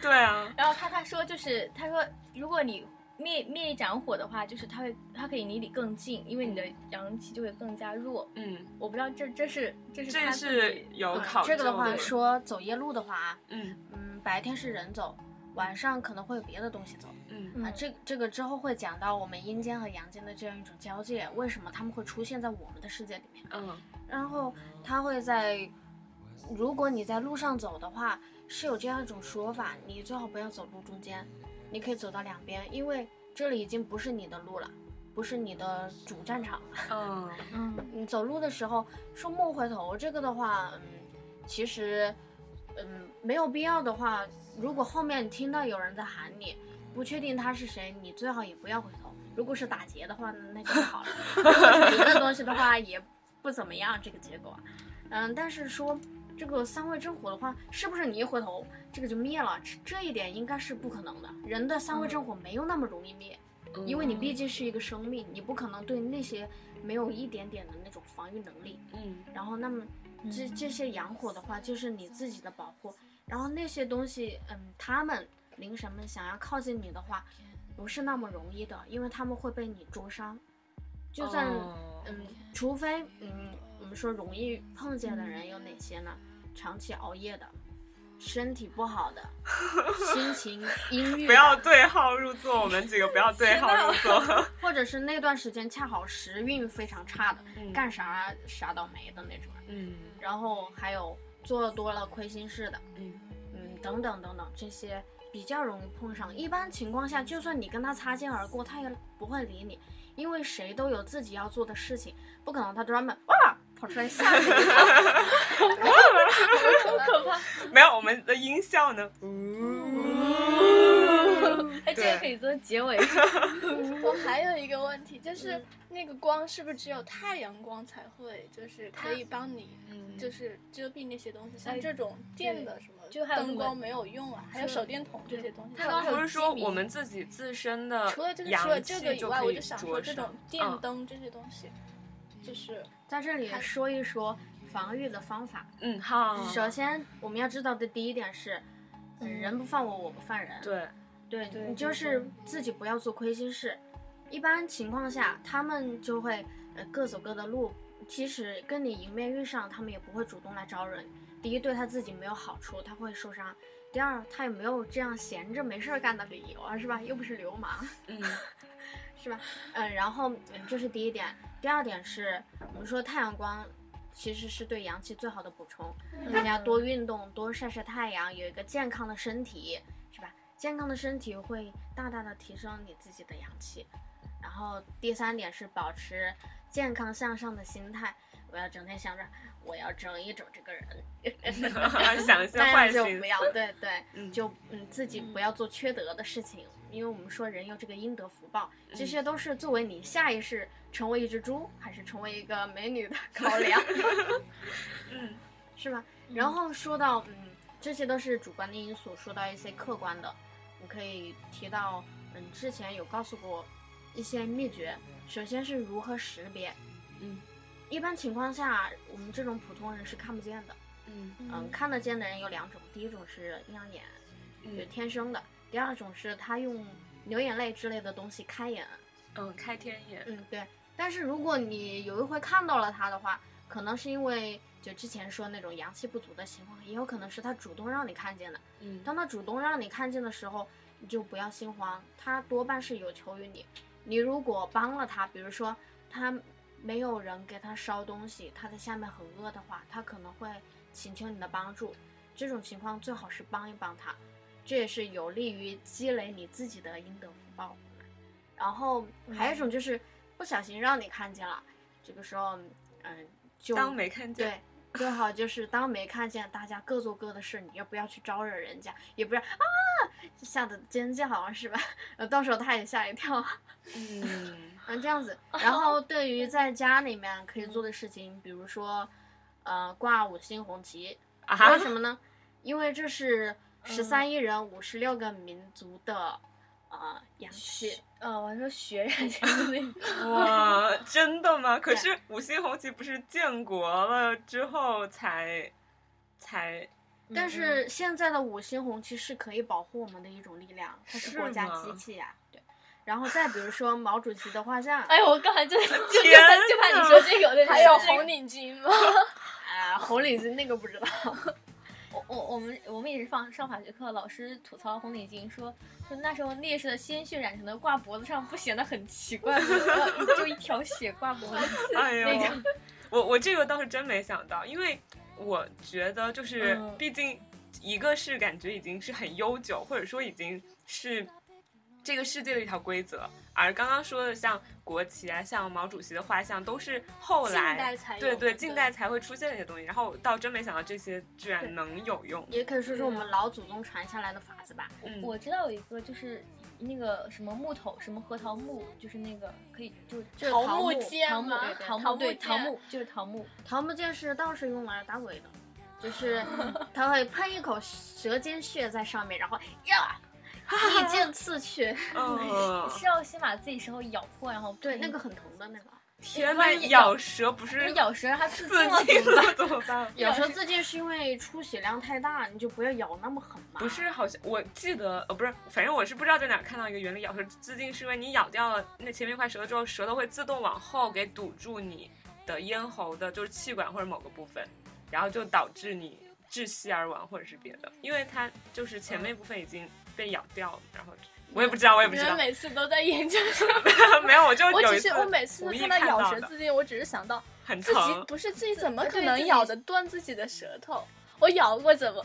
对啊， 然后他他说就是他说如果你灭灭一盏火的话，就是它会它可以离你更近，因为你的阳气就会更加弱。嗯，我不知道这这是这是这他自是己有嗯考这个的究话，说走夜路的话啊，嗯嗯，白天是人走，晚上可能会有别的东西走、嗯啊。这这个之后会讲到我们阴间和阳间的这样一种交界，为什么他们会出现在我们的世界里面？嗯然后它会在，如果你在路上走的话，是有这样一种说法，你最好不要走路中间，你可以走到两边，因为这里已经不是你的路了，不是你的主战场了。嗯 嗯你走路的时候说梦回头这个的话，嗯，其实，嗯，没有必要的话，如果后面你听到有人在喊你，不确定他是谁，你最好也不要回头。如果是打劫的话，那就不好了；如果是别的东西的话，也不怎么样这个结果。嗯，但是说这个三味真火的话，是不是你一回头这个就灭了？这这一点应该是不可能的。人的三味真火没有那么容易灭。嗯，因为你毕竟是一个生命，你不可能对那些没有一点点的那种防御能力。嗯然后，那么这这些阳火的话，就是你自己的保护。然后那些东西，嗯，他们灵神们想要靠近你的话，不是那么容易的，因为他们会被你灼伤。就算哦嗯，除非嗯，我们说容易碰见的人有哪些呢？长期熬夜的，身体不好的，心情阴郁的，不要对号入座，我们几个不要对号入 座。或者是那段时间恰好时运非常差的，嗯干啥傻倒霉的那种人。嗯然后还有做多了亏心事的，嗯嗯，等等等等，这些比较容易碰上。一般情况下，就算你跟他擦肩而过，他也不会理你，因为谁都有自己要做的事情，不可能他专门哇跑出来吓你。 好可怕！ 没有，我们的音效呢？ 哎，这个可以做 结尾。我还有一个问题，就是那个光是不是只有太阳光才会，就是可以帮你，嗯就是遮蔽那些东西，像这种电的什么，就还有灯什么光没有用啊，还有手电筒这些东西。对刚它刚不是说还有鸡鸣我们自己自身的除了这个除了阳这个气以外，可我以就想说灼这种伤？电嗯灯这些东西，就是在这里也说一说防御的方法。嗯，好，首先，我们要知道的第一点是，呃嗯人不犯我，我不犯人。对，对，对你对就是自己不要做亏心事。一般情况下，他们就会呃各走各的路，即使跟你迎面遇上，他们也不会主动来招惹你。第一，对他自己没有好处，他会受伤；第二，他也没有这样闲着没事儿干的理由啊，是吧？又不是流氓，嗯是吧？嗯，然后嗯这是第一点。第二点是，我们说太阳光其实是对阳气最好的补充，大嗯家 多运动，多晒晒太阳，有一个健康的身体，是吧？健康的身体会大大的提升你自己的阳气。然后第三点是保持健康向上的心态，不要整天想着我要整一整这个人， 想一 些那坏样就心不要思，对对，嗯就嗯自己不要做缺德的事情，因为我们说人有这个阴德福报，嗯这些都是作为你下一世成为一只猪还是成为一个 美女的考量，嗯是吧？然后说到嗯，这些都是主观的因素，说到一些客观的，我可以提到嗯之前有告诉过一些秘诀，首先是如何识别，嗯一般情况下我们这种普通人是看不见的。嗯嗯，看得见的人有两种，第一种是阴阳眼，嗯就天生的；第二种是他用流眼泪之类的东西开眼。嗯，开天眼，嗯，对。但是如果你有一回看到了他的话，可能是因为就之前说那种阳气不足的情况，也有可能是他主动让你看见的。嗯当他主动让你看见的时候，你就不要心慌，他多半是有求于你。你如果帮了他，比如说他没有人给他烧东西，他在下面很饿的话，他可能会请求你的帮助。这种情况最好是帮一帮他，这也是有利于积累你自己的阴德福报。然后嗯还有一种就是不小心让你看见了，这个时候，嗯、就当没看见，对，最好就是当没看见，大家各做各的事，你也不要去招惹人家，也不要啊吓得尖叫，好像是吧？呃，到时候他也吓一跳。啊嗯 嗯，这 样子。然后对于在家里面可以做嗯的事情，比如说，呃，挂五星红旗，啊哈嗯为，什么呢？因为这是十三亿人五十六个民族的呃阳气。哦，我还说血染这个 东西哇，真的吗？可是五星红旗不是建国了之后才才但嗯是现在的五星红旗是可以保护我们的一种力量，它是是国家吗机器呀、对。然后再比 如说毛主席的画像，哎呦，我刚才就就就天怕就怕你说这个，我就还有这个红领巾吗？啊，红领巾那个 不知道。我我我们我们也是放上法学课，老师吐槽红领巾说说那时候烈士的鲜血染成的挂脖子上，不显得很奇怪吗？ 就一条血挂脖子，哎那呦种，我我这个倒是真没想到，因为我觉得就是，嗯毕竟一个是感觉已经是很悠久，或者说已经是这个世界的一条规则，而刚刚说的像国旗啊、像毛主席的画像，都是后近来代才有对对的近代才会出现的一些东西，然后倒真没想到这些居然能有用，也可以说是我们老祖宗传下来的法子吧。嗯，我知道有一个就是那个什么木头，什么核桃木，就是那个可以就就是桃木木剑桃木吗对桃桃木木对剑桃 木就是桃木，桃木剑是道士用来打鬼的， 就是他会喷一口舌尖血在上面，然后 呀，一剑刺去，嗯哦是要先把自己舌头咬破，然后对，喷 那个很疼的那个。天呐，万一咬蛇不是那咬蛇它刺刺了激怎么办？了怎么啊办？有时候自尽是因为出血量太大，你就不要咬那么狠嘛。不是，好像我记得，呃，不是，反正我是不知道在哪儿看到一个原理，咬蛇自尽是因为你咬掉了那前面一块舌头之后，舌头会自动往后给堵住你的咽喉的，就是气管或者某个部分，然后就导致你窒息而亡或者是别的，因为它就是前面一部分已经被咬掉了，然后我也不知道，我也不嗯你知们道，每次都在研究什么？ 没有，我就我有一只次是我每次无意看到看咬到蛇的自尽，我只是想到很自己疼，不是自己怎么对可自能己咬得断自己的舌头？我咬过怎么？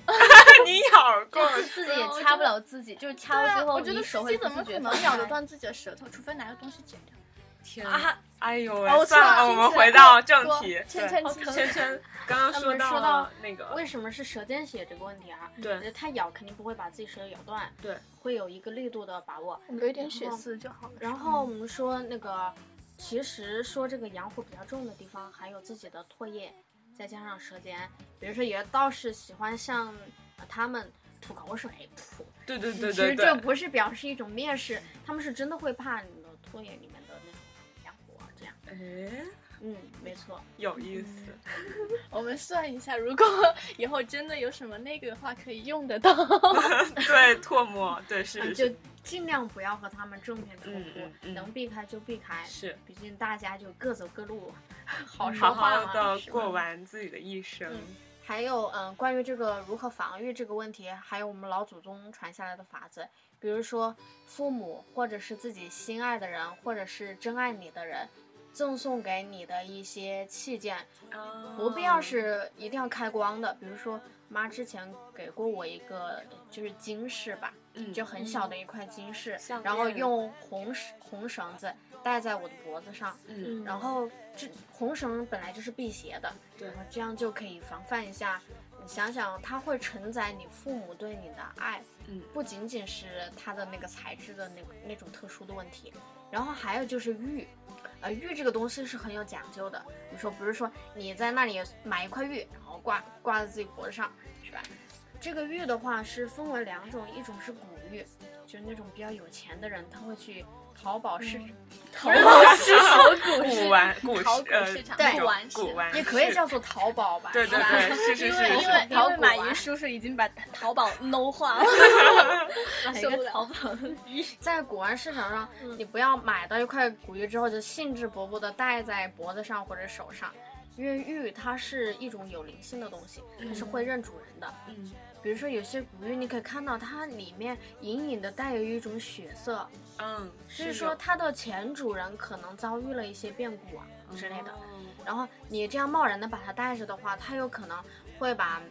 你咬过就是自己也哦掐不了自己，就是掐到啊最后我觉你得手司会机不怎么自可觉能放咬得开断自己的舌头？除非拿个东西剪掉。嗯天啊！啊！哎呦哦喂，我算错了，了我们听起回来到更正多 题。圈对圈好圈圈 圈刚刚他们说啊说到到那个，为什么是舌尖血这个问题啊？对，它咬肯定不会把自己舌头咬断，对，会有一个力度的把握。我们有一点血然后丝就好了。然后嗯我们说那个，其实说这个阳火比较重的地方，还有自己的唾液，再加上舌尖，比如说有些道士喜欢向呃他们吐口水，吐，对对对其实对这对，不是表示一种蔑视，他们是真的会怕你的唾液里面的那种阳火，这样，哎，嗯，没错，有意思。我们算一下，如果 以后真的有什么那个的话，可以用得到。 对，唾沫，对是嗯是就是尽量不要和他们正面冲嗯突，嗯嗯能避开就避开，是，毕竟大家就各走各路，好说嗯好话好嘛，的是吧过完自己的一生。嗯还有，嗯，关于这个如何防御这个问题，还有我们老祖宗传下来的法子，比如说父母或者是自己心爱的人，或者是真爱你的人，赠送给你的一些器件，啊不必要是一定要开光的。比如说，妈之前给过我一个就是金饰吧，嗯就很小的一块金饰，项然后链用红绳红绳子戴在我的脖子上，嗯然后这红绳本来就是辟邪的，对然后这样就可以防范一下。你想想，它会承载你父母对你的爱，嗯不仅仅是它的那个材质的那个那种特殊的问题，然后还有就是玉，呃，玉这个东西是很有讲究的。你说不是说你在那里买一块玉，然后挂挂在自己脖子上，是吧？这个玉的话是分为两种，一种是古玉，就是那种比较有钱的人，他会去淘宝市场淘嗯 宝市古玩 古考古呃市场对古古玩市古玩也可以市叫做淘宝 吧？对对是吧对哎是是因是为因是为因考为古马啊云叔叔已经把淘 宝 no 化了，买一受不个了 淘宝的在古玩市场上，你不要买到一块古玉之后就兴致勃勃的戴在脖子上或者手上，因为玉它是一种有灵性的东西，它是会认主人的。嗯比如说有些古玉，你可以看到它里面隐隐的带有一种血色，嗯，就是说它的前主人可能遭遇了一些变故啊之类的。哦然后你这样贸然的把它带着的话，它有可能会把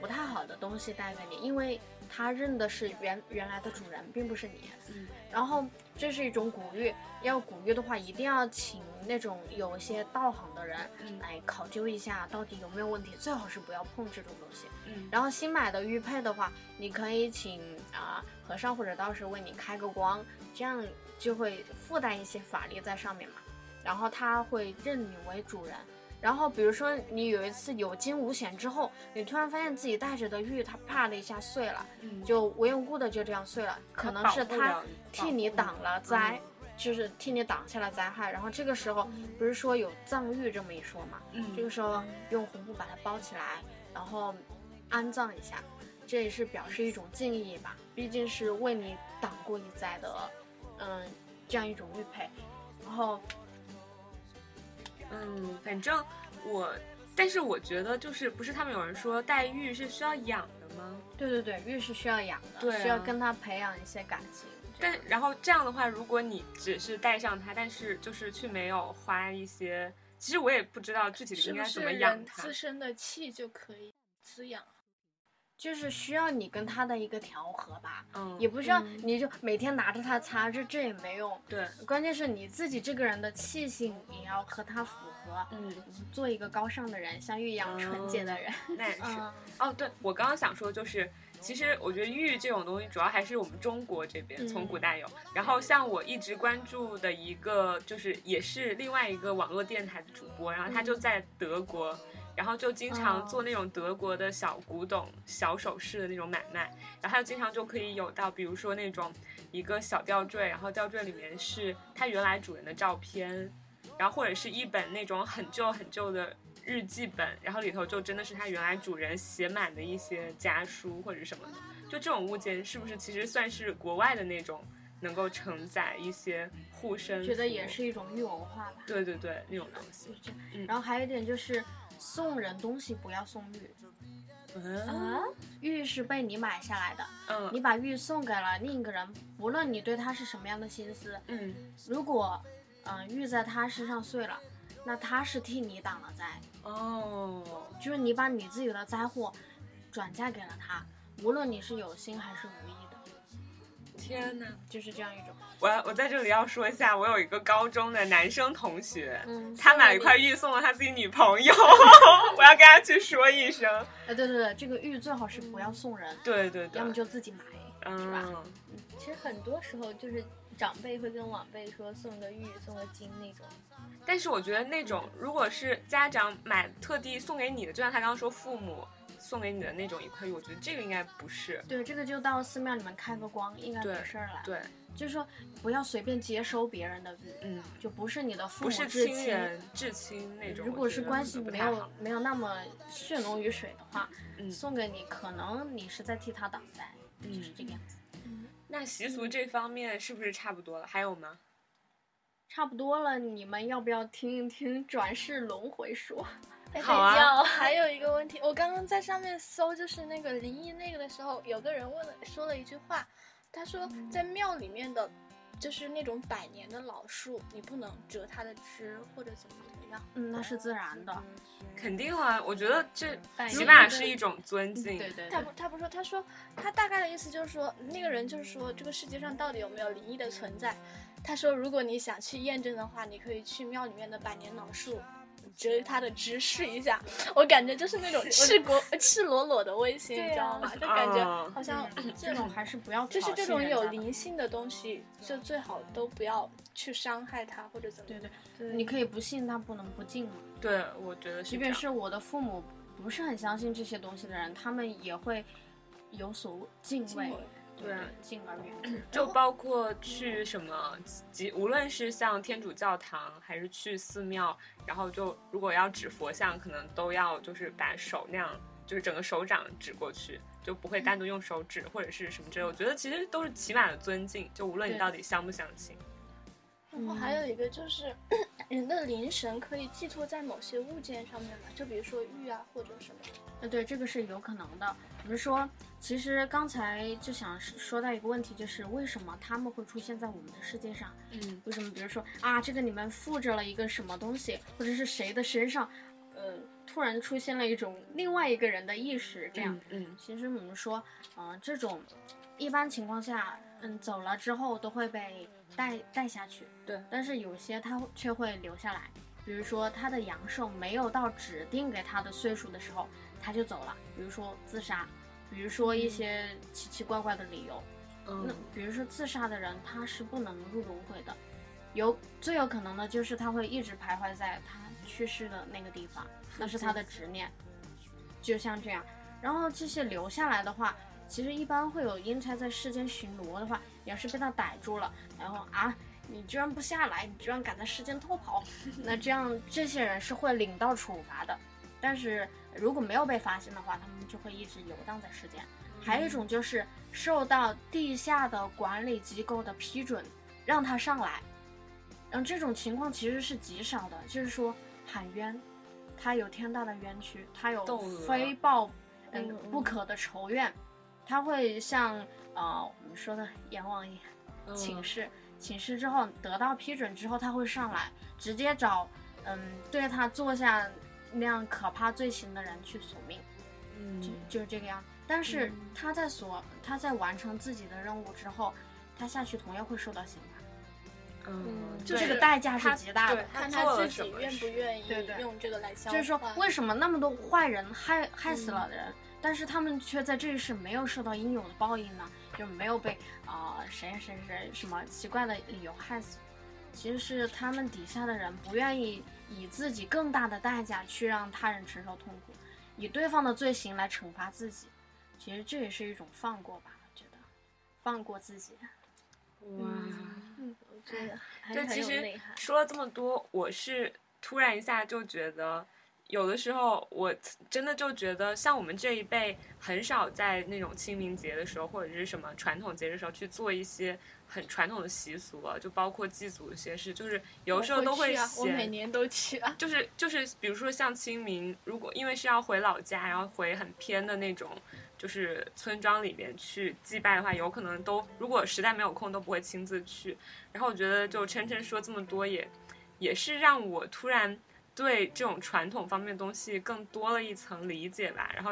不太好的东西带给你，因为它认的是原原来的主人，并不是你。嗯然后这是一种古玉，要古玉的话，一定要请那种有一些道行的人嗯来考究一下到底有没有问题，最好是不要碰这种东西。嗯然后新买的玉佩的话，你可以请啊、和尚或者道士为你开个光，这样就会附带一些法力在上面嘛。然后他会认你为主人。然后比如说你有一次有惊无险之后，你突然发现自己戴着的玉它啪的一下碎了，嗯就无缘无故的就这样碎了，可能是它替你嗯挡了灾，就是替你挡下了灾害。然后这个时候不是说有藏玉这么一说嘛，嗯这个时候用红布把它包起来，然后安葬一下，这也是表示一种敬意吧，毕竟是为你挡过一灾的，嗯，这样一种玉佩。然后嗯，反正我，但是我觉得就是不是他们有人说黛玉是需要养的吗？对对对，玉是需要养的，对啊需要跟它培养一些感情。这样但然后这样的话，如果你只是带上它，但是就是却没有花一些，其实我也不知道具体的是应不该是怎么养人它。自身的气就可以滋养？就是需要你跟它的一个调和吧，嗯，也不需要嗯你就每天拿着它擦，这这也没用。对，关键是你自己这个人的气性也要和它符合，嗯，做一个高尚的人，像玉一样纯洁的人。 那也是。哦，对，我刚刚想说就是，其实我觉得玉这种东西主要还是我们中国这边从古代有。然后像我一直关注的一个，就是也是另外一个网络电台的主播，然后他就在德国。然后就经常做那种德国的小古董、小首饰的那种买卖，然后他就经常就可以有到，比如说那种一个小吊坠，然后吊坠里面是它原来主人的照片，然后或者是一本那种很旧很旧的日记本，然后里头就真的是它原来主人写满的一些家书或者什么的。就这种物件，是不是其实算是国外的那种能够承载一些护身？觉得也。是一种预文化吧。对对对，那种东西就。是这样嗯然后还有一点就是，送人东西不要送玉，嗯玉是被你买下来的，嗯你把玉送给了另一个人，无论你对他是什么样的心思，嗯如果嗯、呃玉在他身上碎了，那他是替你挡了灾，哦，就是你把你自己的灾祸转嫁给了他，无论你是有心还是无意的，天哪！就是这样一种。我要我在这里要说一下，我有一个高中的男生同学，嗯，他买了一块玉，玉送了他自己女朋友， 我要跟他去说一声。哎，对对对，这个玉最好是不要送人，对对对要，么就自己买。是吧嗯，其实很多时候就是长辈会跟晚辈说送个玉、送个金那种，但是我觉得那种如果是家长买特地送给你的，就像他刚刚说父母送给你的那种一块玉，我觉得这个应该不是。对，这个就到寺庙里面开个光，应该对没事儿了。，对，就是说不要随便接收别人的玉，嗯，就不是你的父不母是至亲亲人至亲那种。如我果觉是得关系不没太好有没有那么血浓于水的话，嗯送给你，可能你是在替他挡灾，就是这个样子。那习俗这方面是不是差不多了？还有吗？差不多了，你们要不要听一听转世轮回说？哎好啊等一下哦还有一个问题，我刚刚在上面搜，就是那个灵异那个的时候，有个人问了说了一句话，他说在庙里面的，就是那种百年的老树，你不能折它的枝或者怎么怎么样。 嗯，那是自然的。肯定啊，我觉得这拜起年码的是一种尊敬。嗯对对他对不，他不说，他说他大概的意思就是说，那个人就是说这个世界上到底有没有灵异的存在？他说，如果你想去验证的话，你可以去庙里面的百年老树。折它的枝试一下，我感觉就是那种赤裸赤裸裸的威胁，你知道吗？就感觉啊好像嗯这种还是不要挑就是这衅种人有家的。灵性的东西，就最好都不要去伤害它或者怎么对样。对，你可以不信，但不能不敬嘛。对，我觉得是即这便样。是我的父母不是很相信这些东西的人，他们也会有所敬畏，敬畏对对嗯敬而远之。就包括去什么，即无论是像天主教堂，还是去寺庙，然后就如果要指佛像，可能都要就是把手那样，就是整个手掌指过去，就不会单独用手指或者是什么之类。我觉得其实都是起码的尊敬，就无论你对到底相不相信。然后还有一个就是， 人的灵神可以寄托在某些物件上面嘛，就比如说玉啊或者什么。呃，对，这个是有可能的。我们说，其实刚才就想说到一个问题，就是为什么他们会出现在我们的世界上？嗯，为什么？比如说啊，这个你们附着了一个什么东西，或者是谁的身上，呃，突然出现了一种另外一个人的意识，这样。嗯，其实我们说，嗯、这种一般情况下，嗯，走了之后都会被带带下去。对但是有些它会却会留下来，比如说它的阳寿没有到指定给它的岁数的时候，它就走了，比如说自杀，比如说一些奇奇怪怪的理由。嗯那比如说自杀的人，他是不能入轮回的，有最有可能的就是他会一直徘徊在他去世的那个地方，那是他的执念，就像这样。然后这些留下来的话，其实一般会有阴差在世间巡逻的话，你要是被他逮住了，然后啊，你居然不下来，你居然敢在世间偷跑，那这样这些人是会领到处罚的。但是如果没有被发现的话，他们就会一直游荡在世间。嗯还有一种就是受到地下的管理机构的批准，让他上来。然后这种情况其实是极少的，就是说喊冤，他有天大的冤屈，他有斗恶非报嗯嗯嗯不可的仇怨，他会像呃我们说的阎王爷嗯请示，请示之后得到批准之后，他会上来直接找嗯对他做下那样可怕罪行的人去索命。就嗯就是这个样。但是他在所他在完成自己的任务之后，他下去同样会受到刑罚，嗯，就对这个代价他是极大对的。他看做他了自什己么愿不事愿意对对用这个来消就是说，为什么那么多坏人害害死了的人，但是他们却在这一世没有受到应有的报应呢？就没有被啊、呃谁谁谁什么奇怪的理由害死？其实是他们底下的人不愿意以自己更大的代价去让他人承受痛苦，以对方的罪行来惩罚自己。其实这也是一种放过吧，我觉得放过自己。哇，嗯，真的还是对，很其有实内涵。说了这么多，我是突然一下就觉得，有的时候我真的就觉得，像我们这一辈很少在那种清明节的时候，或者是什么传统节日的时候去做一些很传统的习俗了，就包括祭祖一些事，就是有时候都我会去啊，我嫌每年都去啊。就是就是，比如说像清明，如果因为是要回老家，然后回很偏的那种，就是村庄里边去祭拜的话，有可能都如果实在没有空，都不会亲自去。然后我觉得，就琛琛说这么多也，也是让我突然对这种传统方面的东西更多了一层理解吧。然后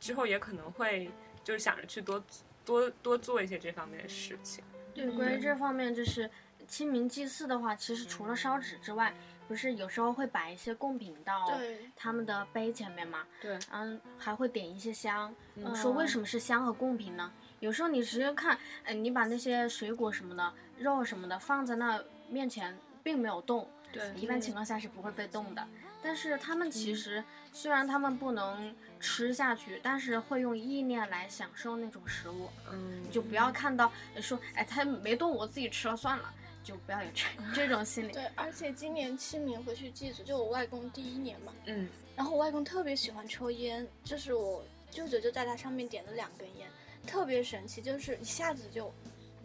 之后也可能会就是想着去多多多做一些这方面的事情。对，关于这方面，就是清明祭祀的话，其实除了烧纸之外，不是有时候会摆一些贡品到对，他们的碑前面嘛，对，嗯，还会点一些香。嗯说为什么是香和贡品呢？有时候你直接看，呃，你把那些水果什么的、肉什么的放在那面前，并没有动，对一般情况下是不会被动的。但是他们嗯其实虽然他们不能吃下去，但是会用意念来享受那种食物。嗯，就不要看到呃说，哎，他没动，我自己吃了算了，就不要有这 这种心理。对，而且今年清明回去祭祖，就我外公第一年嘛，嗯然后我外公特别喜欢抽烟，就是我舅舅就在他上面点了两根烟，特别神奇，就是一下子就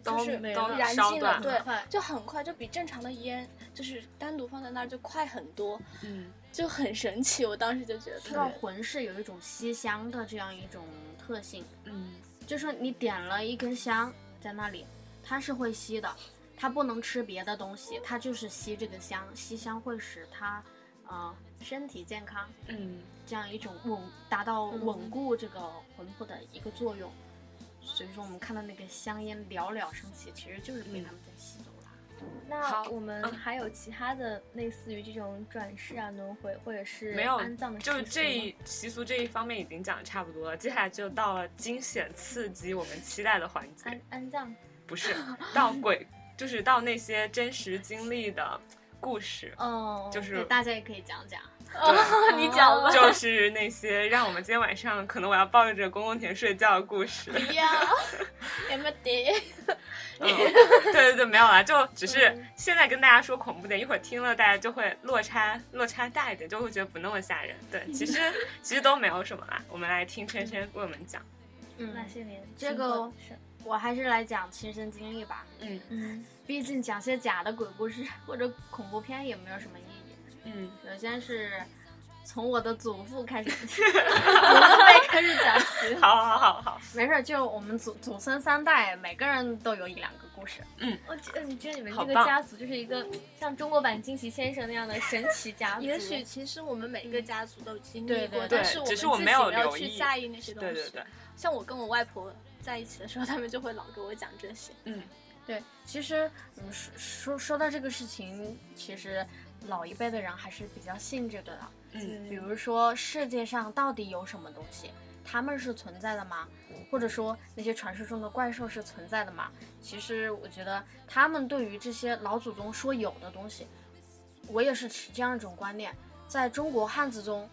都就是没了燃烧尽断了，了对快，就很快，就比正常的烟就是单独放在那儿就快很多，嗯，就很神奇。我当时就觉得说到特别，魂是有一种吸香的这样一种特性，嗯，就是说你点了一根香在那里，它是会吸的，它不能吃别的东西，它就是吸这个香，吸香会使它，呃，身体健康，嗯，这样一种稳达到嗯稳固这个魂魄的一个作用。所以说我们看到那个香烟袅袅升起，其实就是被嗯他们给吸走了。那好我们嗯还有其他的类似于这种转世啊、轮回或者是没有安葬的习就俗是吗，这一习俗这一方面已经讲的差不多了，接下来就到了惊险刺激我们期待的环节安，安葬不 是到鬼，就是到那些真实经历的故事，哦，就对， 是大家也可以讲讲。对哦你讲吧，就是那些让我们今天晚上可能我要抱着这个公公田睡觉的故事。不要，也没得，嗯， 对对对，没有啦，就只是嗯现在跟大家说恐怖点，一会儿听了大家就会落差落差大一点，就会觉得不那么吓人。对，其 实其实都没有什么啦，我们来听琛琛为我们讲。嗯那些年这经个过的事儿我还是来讲亲身经历吧，嗯嗯，毕竟讲些假的鬼故事或者恐怖片也没有什么意义。嗯。首先是从我的祖父开始，祖父辈开始讲起。 好好好好，没事儿，就我们祖祖孙三代，每个人都有一两个故事。我觉得你觉得你们好这个棒家族就是一个像中国版惊奇先生那样的神奇家族，也许其实我们每个家族都经历对过，对对但是我只们是我自己没没有留有去意在意那些东对西。对对，像我跟我外婆在一起的时候，他们就会老给我讲这些。嗯对，其实嗯，说说说到这个事情，其实老一辈的人还是比较信这个的。嗯比如说世界上到底有什么东西，他们是存在的吗？或者说那些传说中的怪兽是存在的吗？其实我觉得他们对于这些老祖宗说有的东西，我也是持这样一种观念，在中国汉字中，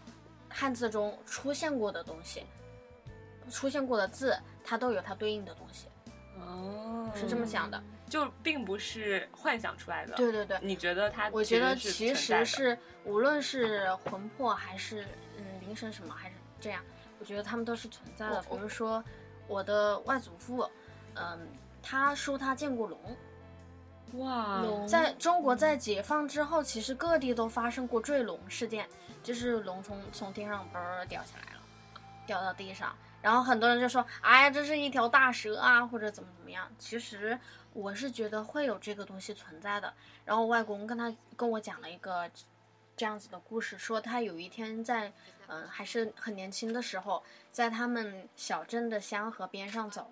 汉字中出现过的东西，出现过的字，它都有它对应的东西，哦是这么想的。就并不是幻想出来的。对，对对，你觉得它我觉得是其存在实的是无论是魂魄还是嗯灵神什么，还是这样，我觉得他们都是存在的。比如说我的外祖父，嗯，他说他见过龙，哇，龙啊在中国在解放之后，其实各地都发生过坠龙事件，就是龙从从天上嘣儿掉下来了，掉到地上，然后很多人就说，哎呀，这是一条大蛇啊，或者怎么怎么样。其实我是觉得会有这个东西存在的。然后我外公跟他跟我讲了一个这样子的故事，说他有一天在嗯、还是很年轻的时候，在他们小镇的香河边上走。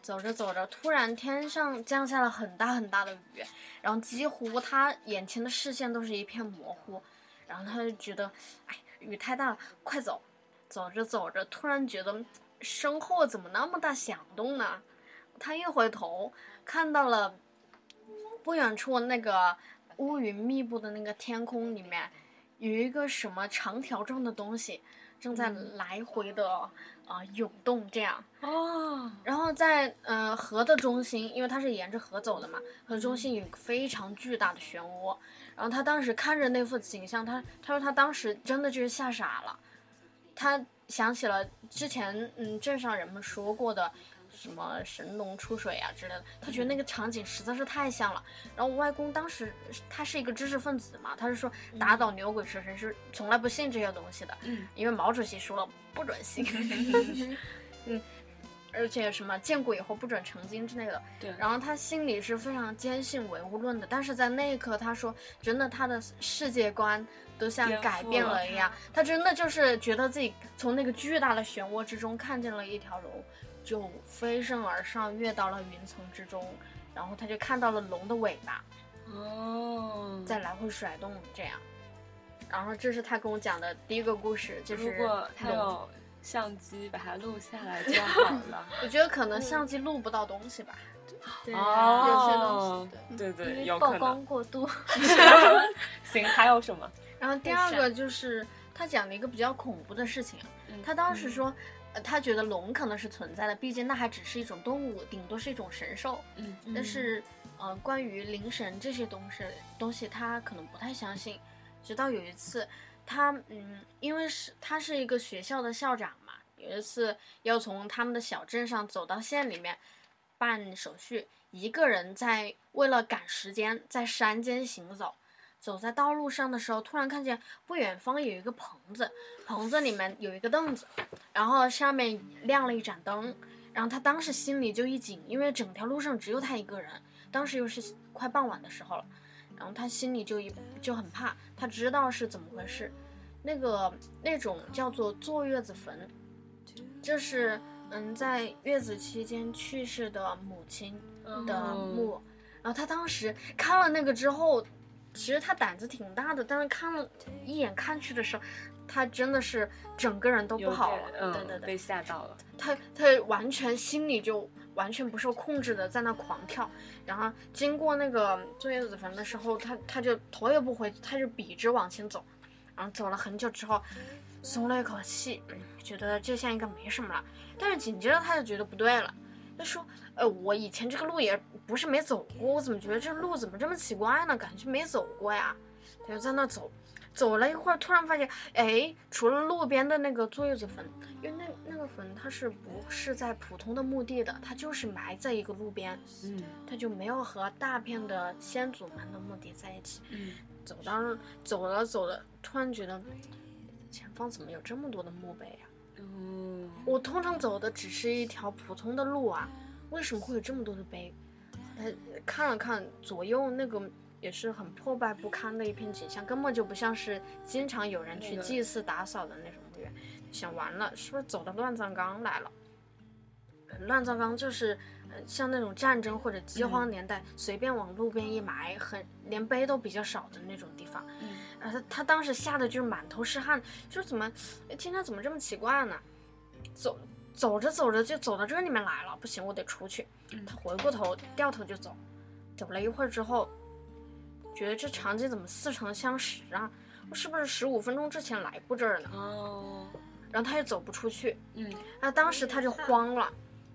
走着走着，突然天上降下了很大很大的雨，然后几乎他眼前的视线都是一片模糊，然后他就觉得，哎，雨太大了，快走！走着走着，突然觉得身后怎么那么大响动呢？他一回头，看到了不远处那个乌云密布的那个天空里面，有一个什么长条状的东西正在来回的啊、呃涌动这样。哦，然后在呃河的中心，因为它是沿着河走的嘛，河中心有一个非常巨大的漩涡。然后他当时看着那幅景象，他他说他当时真的就是吓傻了，他想起了之前嗯镇上人们说过的。什么神农出水啊之类的，他觉得那个场景实在是太像了。然后我外公当时他是一个知识分子嘛，他是说打倒牛鬼蛇神是从来不信这些东西的，嗯，因为毛主席说了不准信， 嗯，而且什么见鬼以后不准成精之类的。对然后他心里是非常坚信唯物论的，但是在那一刻，他说真的，他的世界观都像颠覆改变了了一样，他真的就是觉得自己从那个巨大的漩涡之中看见了一条龙，就飞身而上，跃到了云层之中，然后他就看到了龙的尾巴哦，在来回甩动，这样。然后这是他跟我讲的第一个故事，就如是果他龙有相机把它录下来就好了。我觉得可嗯能相机录不到东西吧，对哦啊有些东西，对， 对因对，为有曝可能光。过度。 行，还有什么？然后第二个就是他讲了一个比较恐怖的事情啊，嗯他当时说，呃，他觉得龙可能是存在的，毕竟那还只是一种动物，顶多是一种神兽。嗯但是，呃，关于灵神这些东西，东西他可能不太相信。直到有一次，他嗯，因为是他是一个学校的校长嘛，有一次要从他们的小镇上走到县里面办手续，一个人在为了赶时间，在山间行走。走在道路上的时候，突然看见不远方有一个棚子，棚子里面有一个凳子，然后上面亮了一盏灯，然后他当时心里就一紧，因为整条路上只有他一个人，当时又是快傍晚的时候了，然后他心里就一就很怕，他知道是怎么回事，那个那种叫做坐月子坟，这是嗯在月子期间去世的母亲嗯的墓，然后他当时看了那个之后，其实他胆子挺大的，但是看了一眼看去的时候，他真的是整个人 都不有好点了，嗯，对对对被。吓到了。他他完全心里就完全不受控制的在那狂跳，然后经过那个坐月子坟的时候，他他就头也不回，他就笔直往前走，然后走了很久之后，松了一口气，嗯觉得这下应该没什么了。但是紧接着他就觉得不对了，他说：“呃，我以前这个路也不是没走过，我怎么觉得这路怎么这么奇怪呢？感觉没走过呀。”他就在那走，走了一会儿，突然发现，哎，除了路边的那个坐月子坟，因为那那个坟它是不是在普通的墓地的，它就是埋在一个路边，嗯它就没有和大片的先祖们的墓地在一起。嗯，走到走了走了，突然觉得前方怎么有这么多的墓碑呀、嗯我通常走的只是一条普通的路啊，为什么会有这么多的碑？他看了看左右那个也是很破败不堪的一片景象，根本就不像是经常有人去那个祭祀打扫的那种墓园。想完了，是不是走到乱葬岗来了？呃乱葬岗就是，呃，像那种战争或者饥嗯荒年代，随便往路边一埋，很连碑都比较少的那种地方。嗯然后他他当时吓得就是满头是汗，就是怎么哎今天怎么这么奇怪呢？走走着走着就走到这里面来了，不行，我得出去。嗯他回过头掉头就走，走了一会儿之后，觉得这场景怎么似曾相识啊？我是不是十五分钟之前来过这儿呢？哦然后他又走不出去，嗯那当时他就慌了，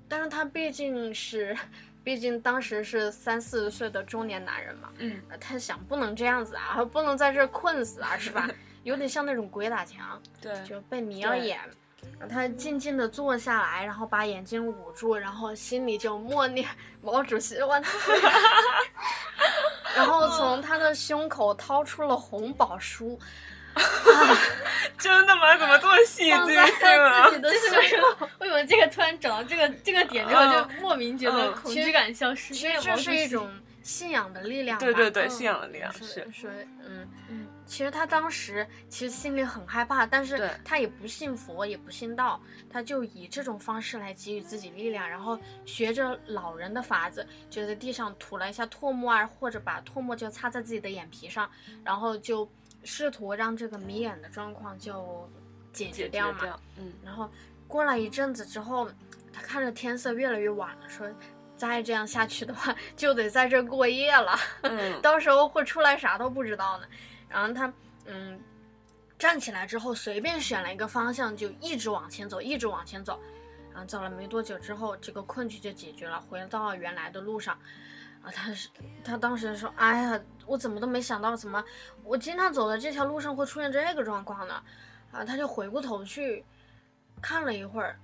但是他毕竟是，毕竟当时是三四十岁的中年男人嘛，嗯，他想不能这样子啊，不能在这儿困死啊，是吧？有点像那种鬼打墙，对，就被迷了对眼。然后他静静地坐下来，然后把眼睛捂住，然后心里就默念“毛主席 万岁”，然后从他的胸口掏出了红宝书，真的吗？怎么这么戏放剧在性啊自己？的胸口，为什么这个突然找到这个这个点之后，嗯就莫名觉得嗯恐其惧实感消失？其因实为这毛主是一席种信仰的力量吧。对对对，嗯信仰的力量是是，是，嗯嗯，其实他当时其实心里很害怕，但是对他也不信佛，也不信道，他就以这种方式来给予自己力量，然后学着老人的法子，就在地上吐了一下唾沫啊，或者把唾沫就擦在自己的眼皮上，然后就试图让这个迷眼的状况就解决解决掉嘛。掉。嗯然后过了一阵子之后，他看着天色越来越晚了，说再这样下去的话，就得在这儿过夜了。嗯，到时候会出来啥都不知道呢。然后他，嗯，站起来之后随便选了一个方向，就一直往前走，一直往前走。然后走了没多久之后，这个困局就解决了，回到原来的路上。啊，他是他当时说：“哎呀，我怎么都没想到，怎么我经常走的这条路上会出现这个状况呢？”啊，他就回过头去看了一会儿，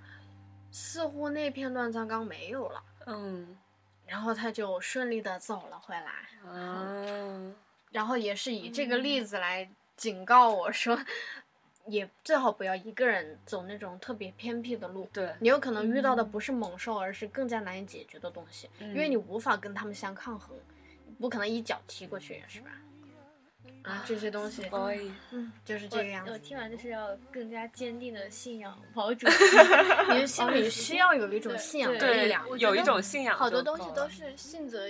似乎那片乱葬岗没有了，嗯然后他就顺利的走了回来。啊，然后也是以这个例子来警告我说， 也最好不要一个人走那种特别偏僻的路。对，你有可能遇到的不是猛兽，而是更加难以解决的东西，因因为你无法跟他们相抗衡，不可能一脚踢过去，是吧？啊，这些东西，所以嗯，就是这我个样我子。听完就是要更加坚定的信仰毛主席。你的心里需要有一种对信仰的对力对量，我觉有一得种信仰，好多东西都。是信则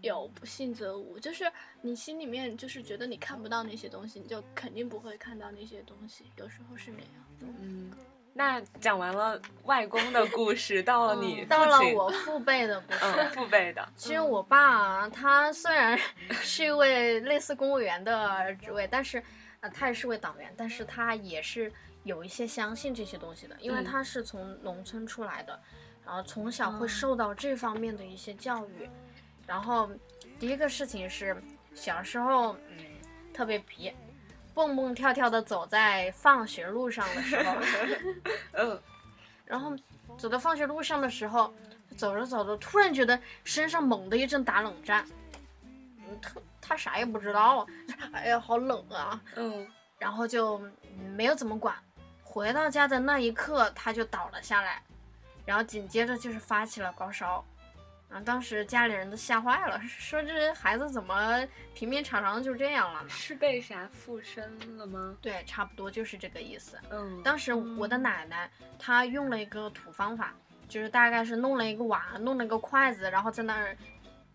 有，不信则无。就是你心里面就是觉得你看不到那些东西，你就肯定不会看到那些东西。有时候是那样。嗯，那讲完了外公的故事，到了你嗯到了父亲我父辈的故事。嗯父辈的，其实我爸啊，他虽然是一位类似公务员的职位，但是呃，他也是位党员，但是他也是有一些相信这些东西的，因为嗯他是从农村出来的，然后从小会受到这方面的一些教育。然后第一个事情是小时候，嗯，特别皮，蹦蹦跳跳的走在放学路上的时候，嗯 然后走到放学路上的时候，走着走着，突然觉得身上猛地一阵打冷战，嗯，他他啥也不知道， 哎呀，好冷啊，嗯然后就没有怎么管。回到家的那一刻，他就倒了下来，然后紧接着就是发起了高烧。啊，当时家里人都吓坏了， 说这孩子怎么平平常常就这样了呢？是被啥附身了吗？对，差不多就是这个意思。嗯，当时我的奶奶她用了一个土方法，就是大概是弄了一个碗，弄了一个筷子，然后在那儿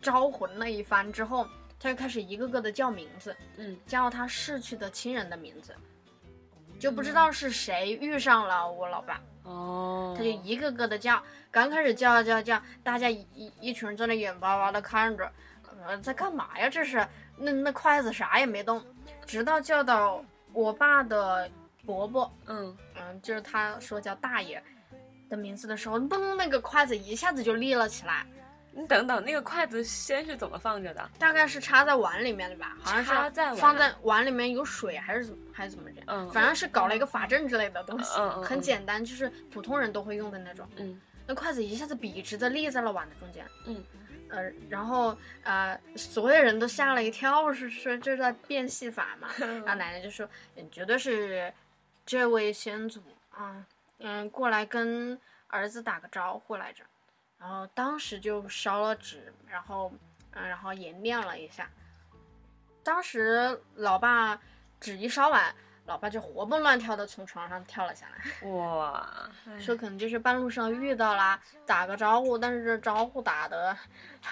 招魂了一番之后，她就开始一个个的叫名字，嗯，哦叫她逝去的亲人的名字，就不知道是谁遇上了我老爸，哦，他就一个个的叫，刚开始叫叫叫，大家一一一群人在那眼巴巴的看着，呃，在干嘛呀？这是那那筷子啥也没动，直到叫到我爸的伯伯。嗯嗯，就是他说叫大爷的名字的时候，嘣，那个筷子一下子就立了起来，你等等，那个筷子先是怎么放着的？大概是插在碗里面的吧，好像是插在碗放在碗里面有水还是怎么还是怎么着，嗯反正是搞了一个法阵之类的东西，嗯嗯嗯很简单，就是普通人都会用的那种。嗯那筷子一下子笔直的立在了碗的中间，嗯，呃，然后呃，所有人都吓了一跳，是说这是在变戏法 嘛？然后奶奶就说：“嗯，绝对是这位先祖啊，嗯，过来跟儿子打个招呼来着。”然后当时就烧了纸，然后嗯，然后也念了一下。当时老爸纸一烧完，老爸就活蹦乱跳的从床上跳了下来。 哇，说可能就是半路上遇到啦，打个招呼，但是这招呼打的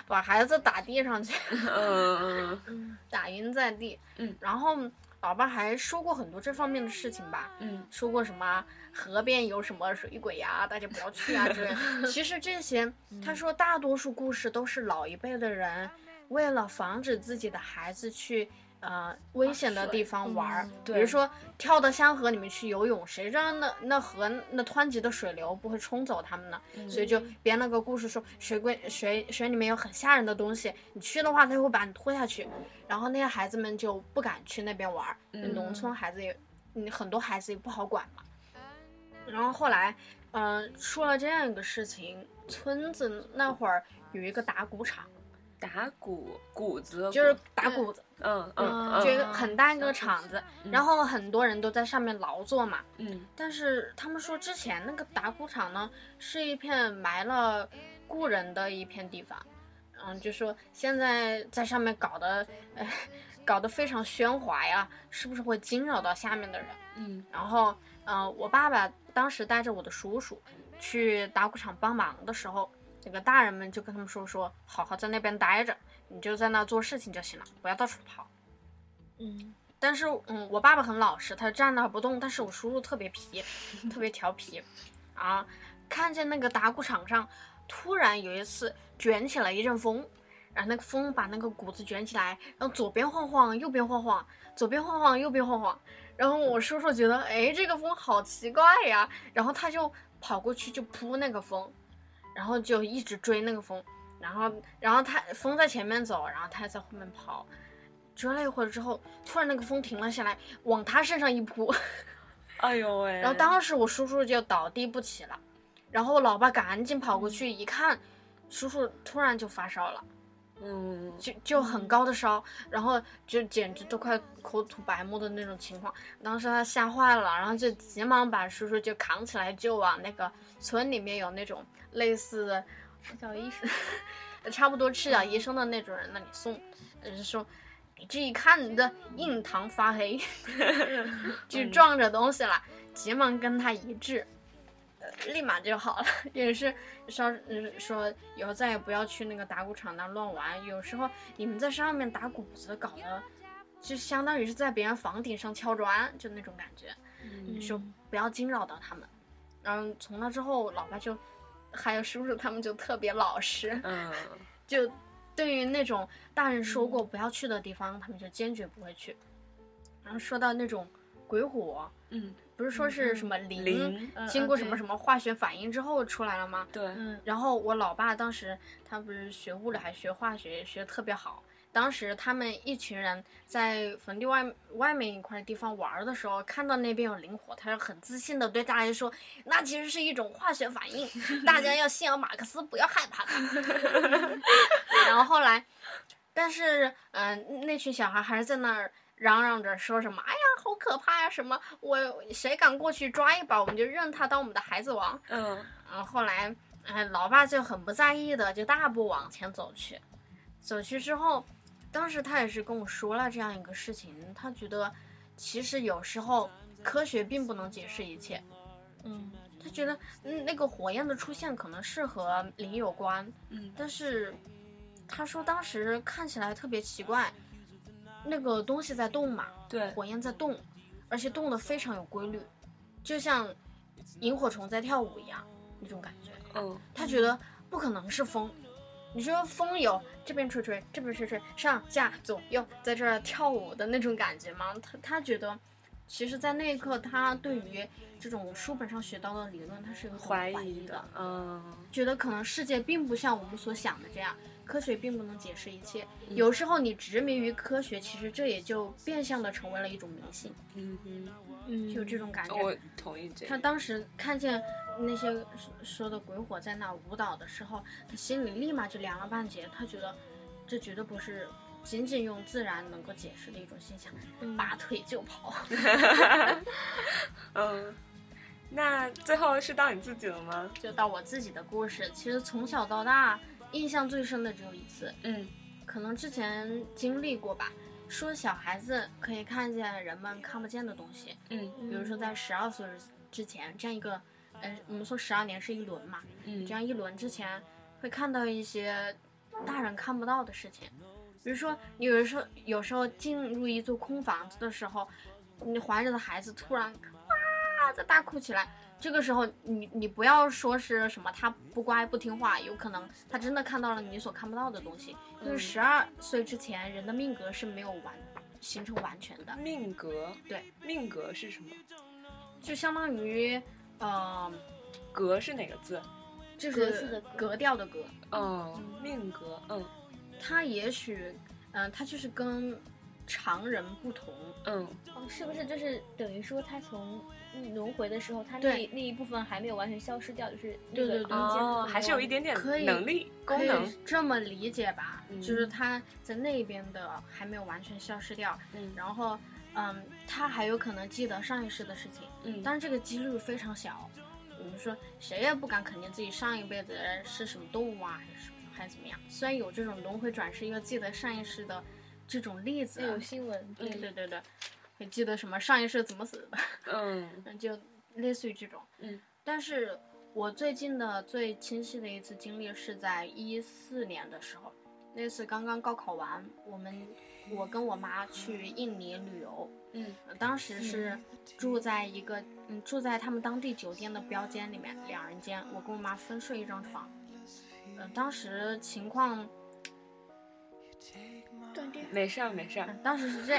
把孩子打地上去， 嗯打晕在地。嗯，然后老爸还说过很多这方面的事情吧，嗯说过什么河边有什么水鬼呀、大家不要去啊之类的。其实 这些，嗯他说大多数故事都是老一辈的人为了防止自己的孩子去。呃，危险的地方玩儿，比啊嗯对如说跳到香河里面去游泳，谁知道那那河那湍急的水流不会冲走他们呢？嗯所以就编了个故事说，水鬼水水里面有很吓人的东西，你去的话，它就会把你拖下去。然后那些孩子们就不敢去那边玩儿，嗯农村孩子也，嗯，很多孩子也不好管嘛。然后后来，嗯、出了这样一个事情，村子那会儿有一个打鼓场，打鼓鼓子的鼓，就是打鼓子，嗯嗯嗯就一嗯个很大一个场子，然后很多人都在上面劳作嘛。嗯但是他们说之前那个打鼓场呢，是一片埋了故人的一片地方，嗯，就说现在在上面搞得，呃， 搞得非常喧哗呀，是不是会惊扰到下面的人？嗯然后，嗯、我爸爸当时带着我的叔叔去打鼓场帮忙的时候，那个大人们就跟他们说说，好好在那边待着，你就在那做事情就行了，不要到处跑。嗯，但是，嗯，我爸爸很老实，他站那儿不动。但是我叔叔特别皮，特别调皮，啊，看见那个打鼓场上突然有一次卷起了一阵风，然后那个风把那个谷子卷起来，然后左边晃晃，右边晃晃，左边晃晃，右边晃晃。然后我叔叔觉得，哎，这个风好奇怪呀，然后他就跑过去就扑那个风，然后就一直追那个风，然后然后他风在前面走，然后他在后面跑。追了一会儿之后，突然那个风停了下来，往他身上一扑，哎呦喂！然后当时我叔叔就倒地不起了，然后我老爸赶紧跑过去一看，叔叔突然就发烧了。嗯，就就很高的烧，然后就简直都快口吐白沫的那种情况。当时他吓坏了，然后就急忙把叔叔就扛起来，就往那个村里面有那种类似赤脚医生， 差不多赤脚医生的那种人那里送，呃就是说。你这一看你的印堂发黑， 就撞着东西了，急忙跟他一致，呃立马就好了。 也是说嗯说以后再也不要去那个打鼓场那乱玩，有时候你们在上面打鼓子，搞得就相当于是在别人房顶上敲砖，就那种感觉。嗯说不要惊扰到他们。然后从那之后，老爸就还有叔叔他们就特别老实，嗯，就对于那种大人说过不要去的地方，他们就坚决不会去。然后说到那种鬼火，嗯，不是说是什么磷、零，嗯经过什么么，什么化学反应之后出来了吗？对，嗯然后我老爸当时他不是学物理还学化学，学得特别好。当时他们一群人在坟地外外面一块地方玩的时候，看到那边有灵火，他就很自信的对大家说：“那其实是一种化学反应，大家要信仰马克思，不要害怕它。”然后后来，但是嗯、那群小孩还是在那儿嚷嚷着说什么：“哎呀，好可怕呀！什么我谁敢过去抓一把，我们就认他当我们的孩子王。”嗯然后后来，哎，老爸就很不在意的，就大步往前走去。走去之后，当时他也是跟我说了这样一个事情，他觉得其实有时候科学并不能解释一切。嗯，他觉得，嗯，那个火焰的出现可能是和磷有关，嗯但是他说当时看起来特别奇怪，那个东西在动嘛，对，火焰在动，而且动得非常有规律，就像萤火虫在跳舞一样那种感觉。嗯他觉得不可能是风。你说风有这边吹吹，这边吹吹，上下左右在这儿跳舞的那种感觉吗？他他觉得，其实，在那一刻，他对于这种书本上学到的理论，他是有很怀疑疑的，嗯，觉得可能世界并不像我们所想的这样，科学并不能解释一切。嗯有时候你执迷于科学，其实这也就变相的成为了一种迷信，嗯哼，嗯就这种感觉。我同意这他个，当时看见那些说说的鬼火在那舞蹈的时候，他心里立马就凉了半截。他觉得这绝对不是仅仅用自然能够解释的一种现象，拔腿就跑。 嗯，那最后是到你自己了吗？就到我自己的故事，其实从小到大印象最深的只有一次，嗯可能之前经历过吧。说小孩子可以看见人们看不见的东西，嗯比如说在十二岁之前，这样一个，呃，我们说十二年是一轮嘛，嗯这样一轮之前会看到一些大人看不到的事情，比如说你有时候有时候进入一座空房子的时候，你怀着的孩子突然哇在大哭起来，这个时候你你不要说是什么他不乖不听话，有可能他真的看到了你所看不到的东西，因为嗯十二岁之前人的命格是没有完形成完全的，命格，对，命格是什么？就相当于呃格是哪个字？就格子的是格格调的格，嗯，命格，嗯他也许，嗯、他就是跟常人不同，嗯哦，是不是就是等于说他从轮回的时候，他那对一那一部分还没有完全消失掉，就是那对个对对阴间的哦，部还是有分一点点可以能力可功以能，这么理解吧？嗯就是他在那边的还没有完全消失掉，嗯然后，嗯，他还有可能记得上一世的事情，嗯但是这个几率非常小。我们说谁也不敢肯定自己上一辈子是什么动物啊，还是什么还是怎么样。虽然有这种轮回转世又记得上一世的这种例子那啊，有新闻，对对对对对，会记得什么上一世怎么死的。嗯嗯，就类似于这种，嗯。但是我最近的最清晰的一次经历是在一四年的时候，那次刚刚高考完，我们我跟我妈去印尼旅游，嗯呃当时是住在一个嗯住在他们当地酒店的标间里面，两呃人间，我跟我妈分睡一张床。嗯、当时情况嗯断电。没事儿没事儿，当时是这，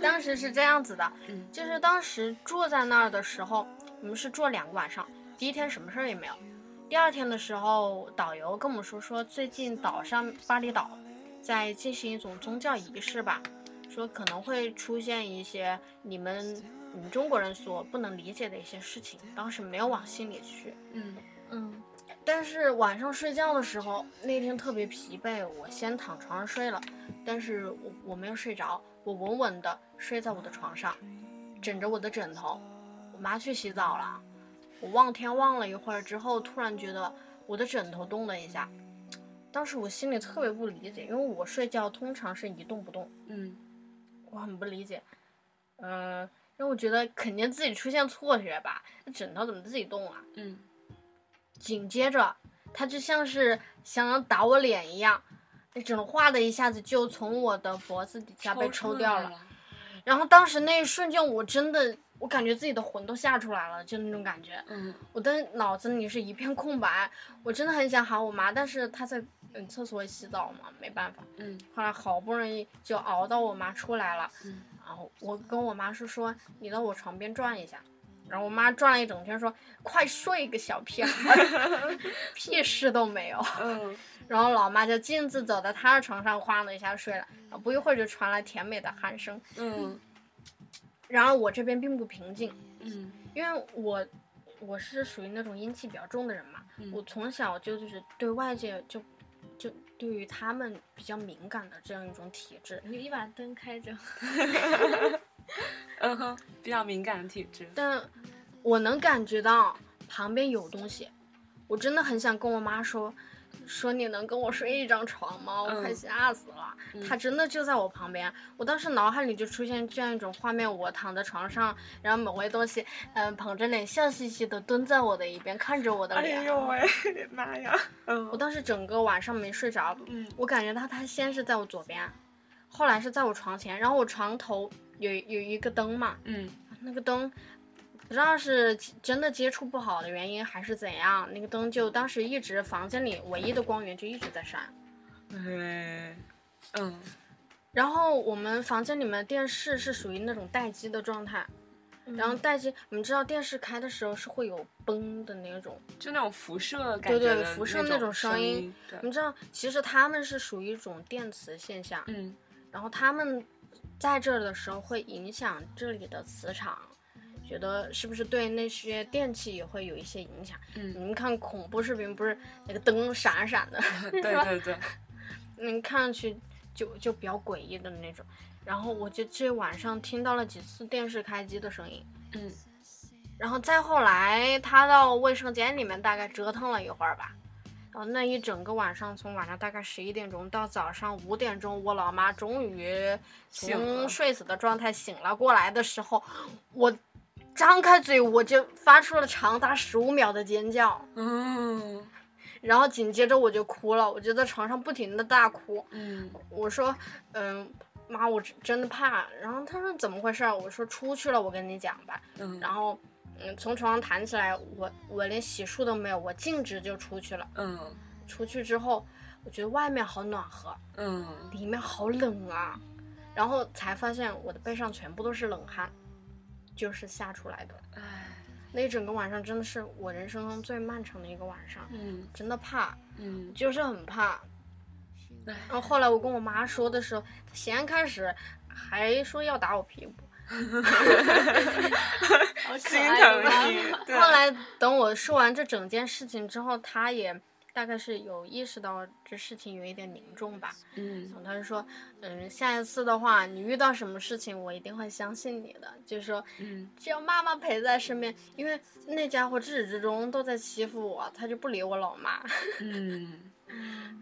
当时是这样子的，嗯就是当时住在那儿的时候，我们是住了两个晚上，第一天什么事儿也没有，第二天的时候，导游跟我们说说最近岛上巴厘岛在进行一种宗教仪式吧，说可能会出现一些你们你们中国人所不能理解的一些事情，当时没有往心里去，嗯嗯，但是晚上睡觉的时候，那天特别疲惫，我先躺床上睡了，但是我我没有睡着，我稳稳的睡在我的床上，枕着我的枕头。我妈去洗澡了，我望天望了一会儿之后，突然觉得我的枕头动了一下，当时我心里特别不理解，因为我睡觉通常是一动不动，嗯我很不理解，嗯、因为我觉得肯定自己出现错觉吧，那枕头怎么自己动啊？嗯，紧接着，他就像是想要打我脸一样，那整哗的一下子就从我的脖子底下被抽掉了。了。然后当时那一瞬间，我真的，我感觉自己的魂都吓出来了，就那种感觉。嗯我的脑子里是一片空白，我真的很想喊我妈，但是她在嗯厕所里洗澡嘛，没办法。嗯后来好不容易就熬到我妈出来了，嗯然后我跟我妈是说你到我床边转一下，然后我妈转了一整圈说快睡个小屁孩儿， 屁事都没有。嗯，然后老妈就径自走到她的床上，哗的一下睡了，然后不一会儿就传来甜美的鼾声。嗯然而我这边并不平静，嗯因为我我是属于那种阴气比较重的人嘛，嗯我从小就就是对外界就就对于他们比较敏感的这样一种体质。你你把灯开着，嗯哼，比较敏感的体质。但我能感觉到旁边有东西，我真的很想跟我妈说，说你能跟我睡一张床吗？我嗯快吓死了。嗯她真的就在我旁边，我当时脑海里就出现这样一种画面：我躺在床上，然后某位东西，嗯、捧着脸笑嘻嘻的蹲在我的一边，看着我的哎脸。呦喂，妈呀！嗯我当时整个晚上没睡着，嗯我感觉到他先是在我左边，后来是在我床前，然后我床头有有一个灯嘛，嗯那个灯，不知道是真的接触不好的原因还是怎样，那个灯就当时一直房间里唯一的光源就一直在闪。哎嗯然后我们房间里面的电视是属于那种待机的状态，然后嗯待机，我们知道电视开的时候是会有嘣的那种，就那种辐射感觉对对的辐射那那种声声音音。我们对，知道其实他们是属于一种电磁现象，嗯然后他们在这儿的时候会影响这里的磁场，觉得是不是对那些电器也会有一些影响？你嗯，们看恐怖视频，不是那个灯闪闪的，对对对，嗯，看上去就就比较诡异的那种。然后我就这晚上听到了几次电视开机的声音，嗯然后再后来他到卫生间里面大概折腾了一会儿吧。然后那一整个晚上，从晚上大概十一点钟到早上五点钟，我老妈终于醒了从睡死的状态醒了过来的时候，我张开嘴我就发出了长达十五秒的尖叫，嗯然后紧接着我就哭了，我就在床上不停的大哭。嗯我说，嗯，妈，我真真的怕。然后她说怎么回事儿？我说出去了，我跟你讲吧。嗯，然后，嗯，从床上弹起来，我我连洗漱都没有，我径直就出去了。嗯出去之后，我觉得外面好暖和，嗯里面好冷啊。然后才发现我的背上全部都是冷汗，就是吓出来的。哎那一整个晚上真的是我人生中最漫长的一个晚上，嗯真的怕。嗯就是很怕。唉然后后来我跟我妈说的时候，她先开始还说要打我屁股，好可心爱疼的妈妈你。对啊后来等我说完这整件事情之后，她也大概是有意识到这事情有一点凝重吧，嗯然后她就说，嗯，下一次的话，你遇到什么事情，我一定会相信你的，就是说嗯只有妈妈陪在身边，因为那家伙至始至终都在欺负我，他就不理我老妈，嗯，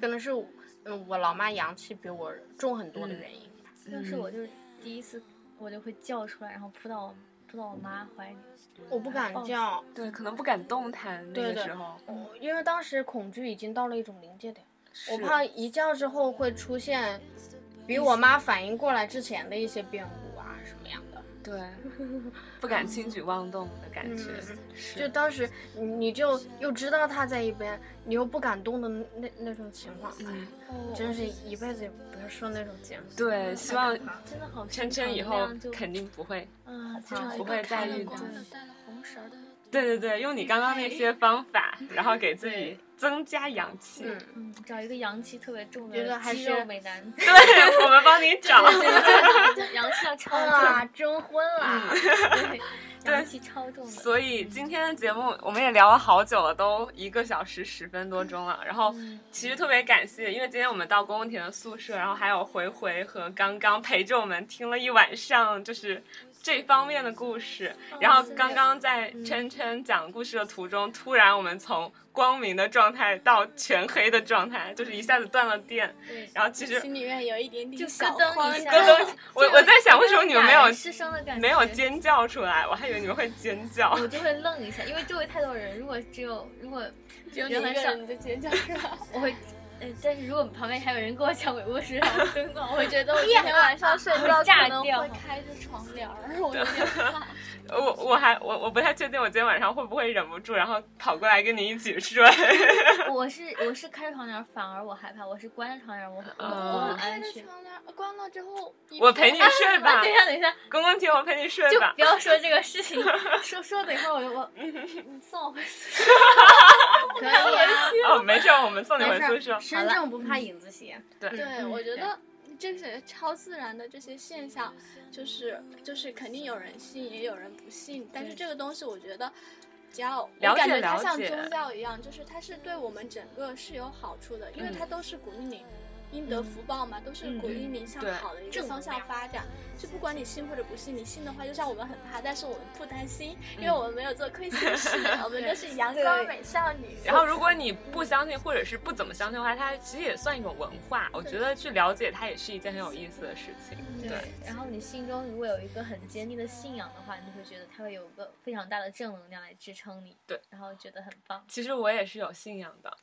可能是我嗯我老妈阳气比我重很多的嗯原因。要是我就是第一次我就会叫出来，然后扑到我扑到我妈怀里。我不敢哦叫，对，可能不敢动弹那对个对时候，我因为当时恐惧已经到了一种临界点，我是怕一叫之后会出现比我妈反应过来之前的一些变故啊什什么样的。对，不敢轻举妄动的感觉。嗯是就当时你你就又知道他在一边，你又不敢动的那那种情况，嗯哎，哦真是一辈子也不要受那种煎熬。对，希望真的好琛正常琛那以后样就肯定不会。啊，就啊是不一会个再开了遇光到的带了红绳儿的对对对，用你刚刚那些方法，然后给自己增加阳气。 嗯，嗯，找一个阳气特别重觉得的还肌是肉美男 子，对，我们帮你找。对阳气要超重，啊， 征婚啦！ 对，嗯 对阳气超重的。所以今天的节目我们也聊了好久了，都一个小时十分多钟了。然后嗯其实特别感谢，因为今天我们到宫廷的宿舍，然后还有回回和刚刚陪着我们听了一晚上，就是这方面的故事。哦然后刚刚在琛琛讲故事的途中，突然我们从光明的状态到全黑的状态，就是一下子断了电。对，然后其实心里面有一点点就小咯噔一慌下咯噔，我我在想为什么你们没有打人失声的感觉，没有尖叫出来，我还以为你们会尖叫。我就会愣一下，因为周围太多人。如果只有如果只有你人一个很少人你就尖叫是吧？ 我会，呃，但是如果旁边还有人跟我讲鬼故事，然 后灯光，我会觉得我今天晚上睡不着，可炸能掉会。开着窗帘儿，我有 点怕。我我还我我不太确定我今天晚上会不会忍不住，然后跑过来跟你一起睡。 我是我是开着窗帘，反而我害怕；我是关着窗帘，我很我嗯我我很开安着全。窗帘儿，关了之后，一我陪你片睡吧 啊，等一下，等一下，公公听我陪你睡就吧嗯不。要说这个事 情，说说等一会儿我就我你送我回宿舍。 可以啊，哦，没事儿，我们送你回宿没事舍儿，。身正不怕影子斜。对，嗯我觉得这些超自然的这些现象，就是就是肯定有人信，也有人不信，但是对这个东西我觉得。只要我了解感觉它了像解宗教一样，就是它是对我们整个是有好处的，因为嗯它都是鼓励你因德福报嘛，都是鼓励你向对好的一个正方能向量发展。就不管你信或者不信，你信的话，就像我们很怕，但是我们不担心，因为嗯我们没有做亏心 事，我们都是阳光对美少女。然后，如果你不相信或者是不怎么相信的话，它其实也算一种文化。我觉得去了解它也是一件很有意思的事情。对，然后你心中如果有一个很坚定的信仰的话，你会觉得它会有一个非常大的正能量来支撑你。对，然后觉得很棒。其实我也是有信仰的，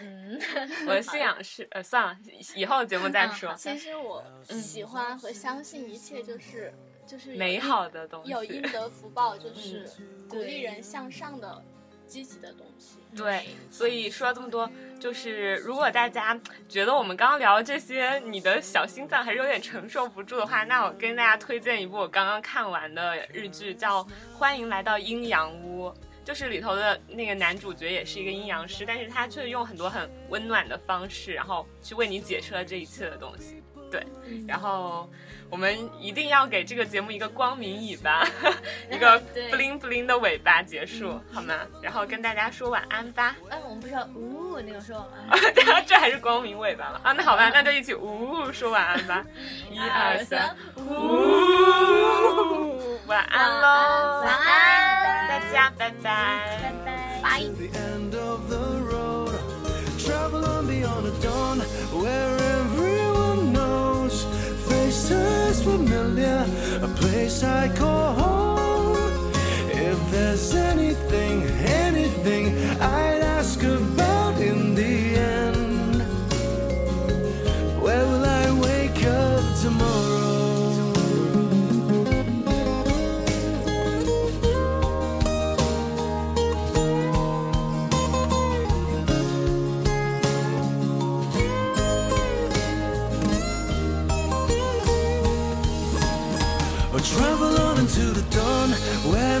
嗯， 我的信仰是呃，算了，以后节目再嗯说好。其实我喜欢和相信一切就是就是有美一好的东有西嗯因，德福报，就是鼓励人向上的积极的东西。对，所以说这么多，就是如果大家觉得我们刚刚聊这些，你的小心脏还是有点承受不住的话，那我跟大家推荐一部我刚刚看完的日剧，叫《欢迎来到阴阳屋》。就是里头的那个男主角也是一个阴阳师，但是他却用很多很温暖的方式，然后去为你解释了这一切的东西。对，然后我们一定要给这个节目一个光明尾巴，一个对 bling bling 的尾巴结束，好吗？然后跟大家说晚安吧。哎，我们不知道，呜、那种说 啊。这还是光明尾巴了啊！那好吧，那就一起呜说晚安 吧，一二三，呜，晚安喽，晚安大家拜拜。拜拜。 to the end of the road. Travel on beyond the dawn, where everyone knows. Faces familiar, a place I call home. If there's anything, anything I'd ask about in the end, where will I wake up tomorrow? Or travel on into the dawn where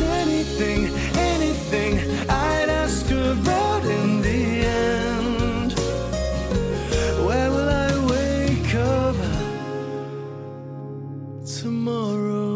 anything, anything I'd ask about in the end, where will I wake up tomorrow?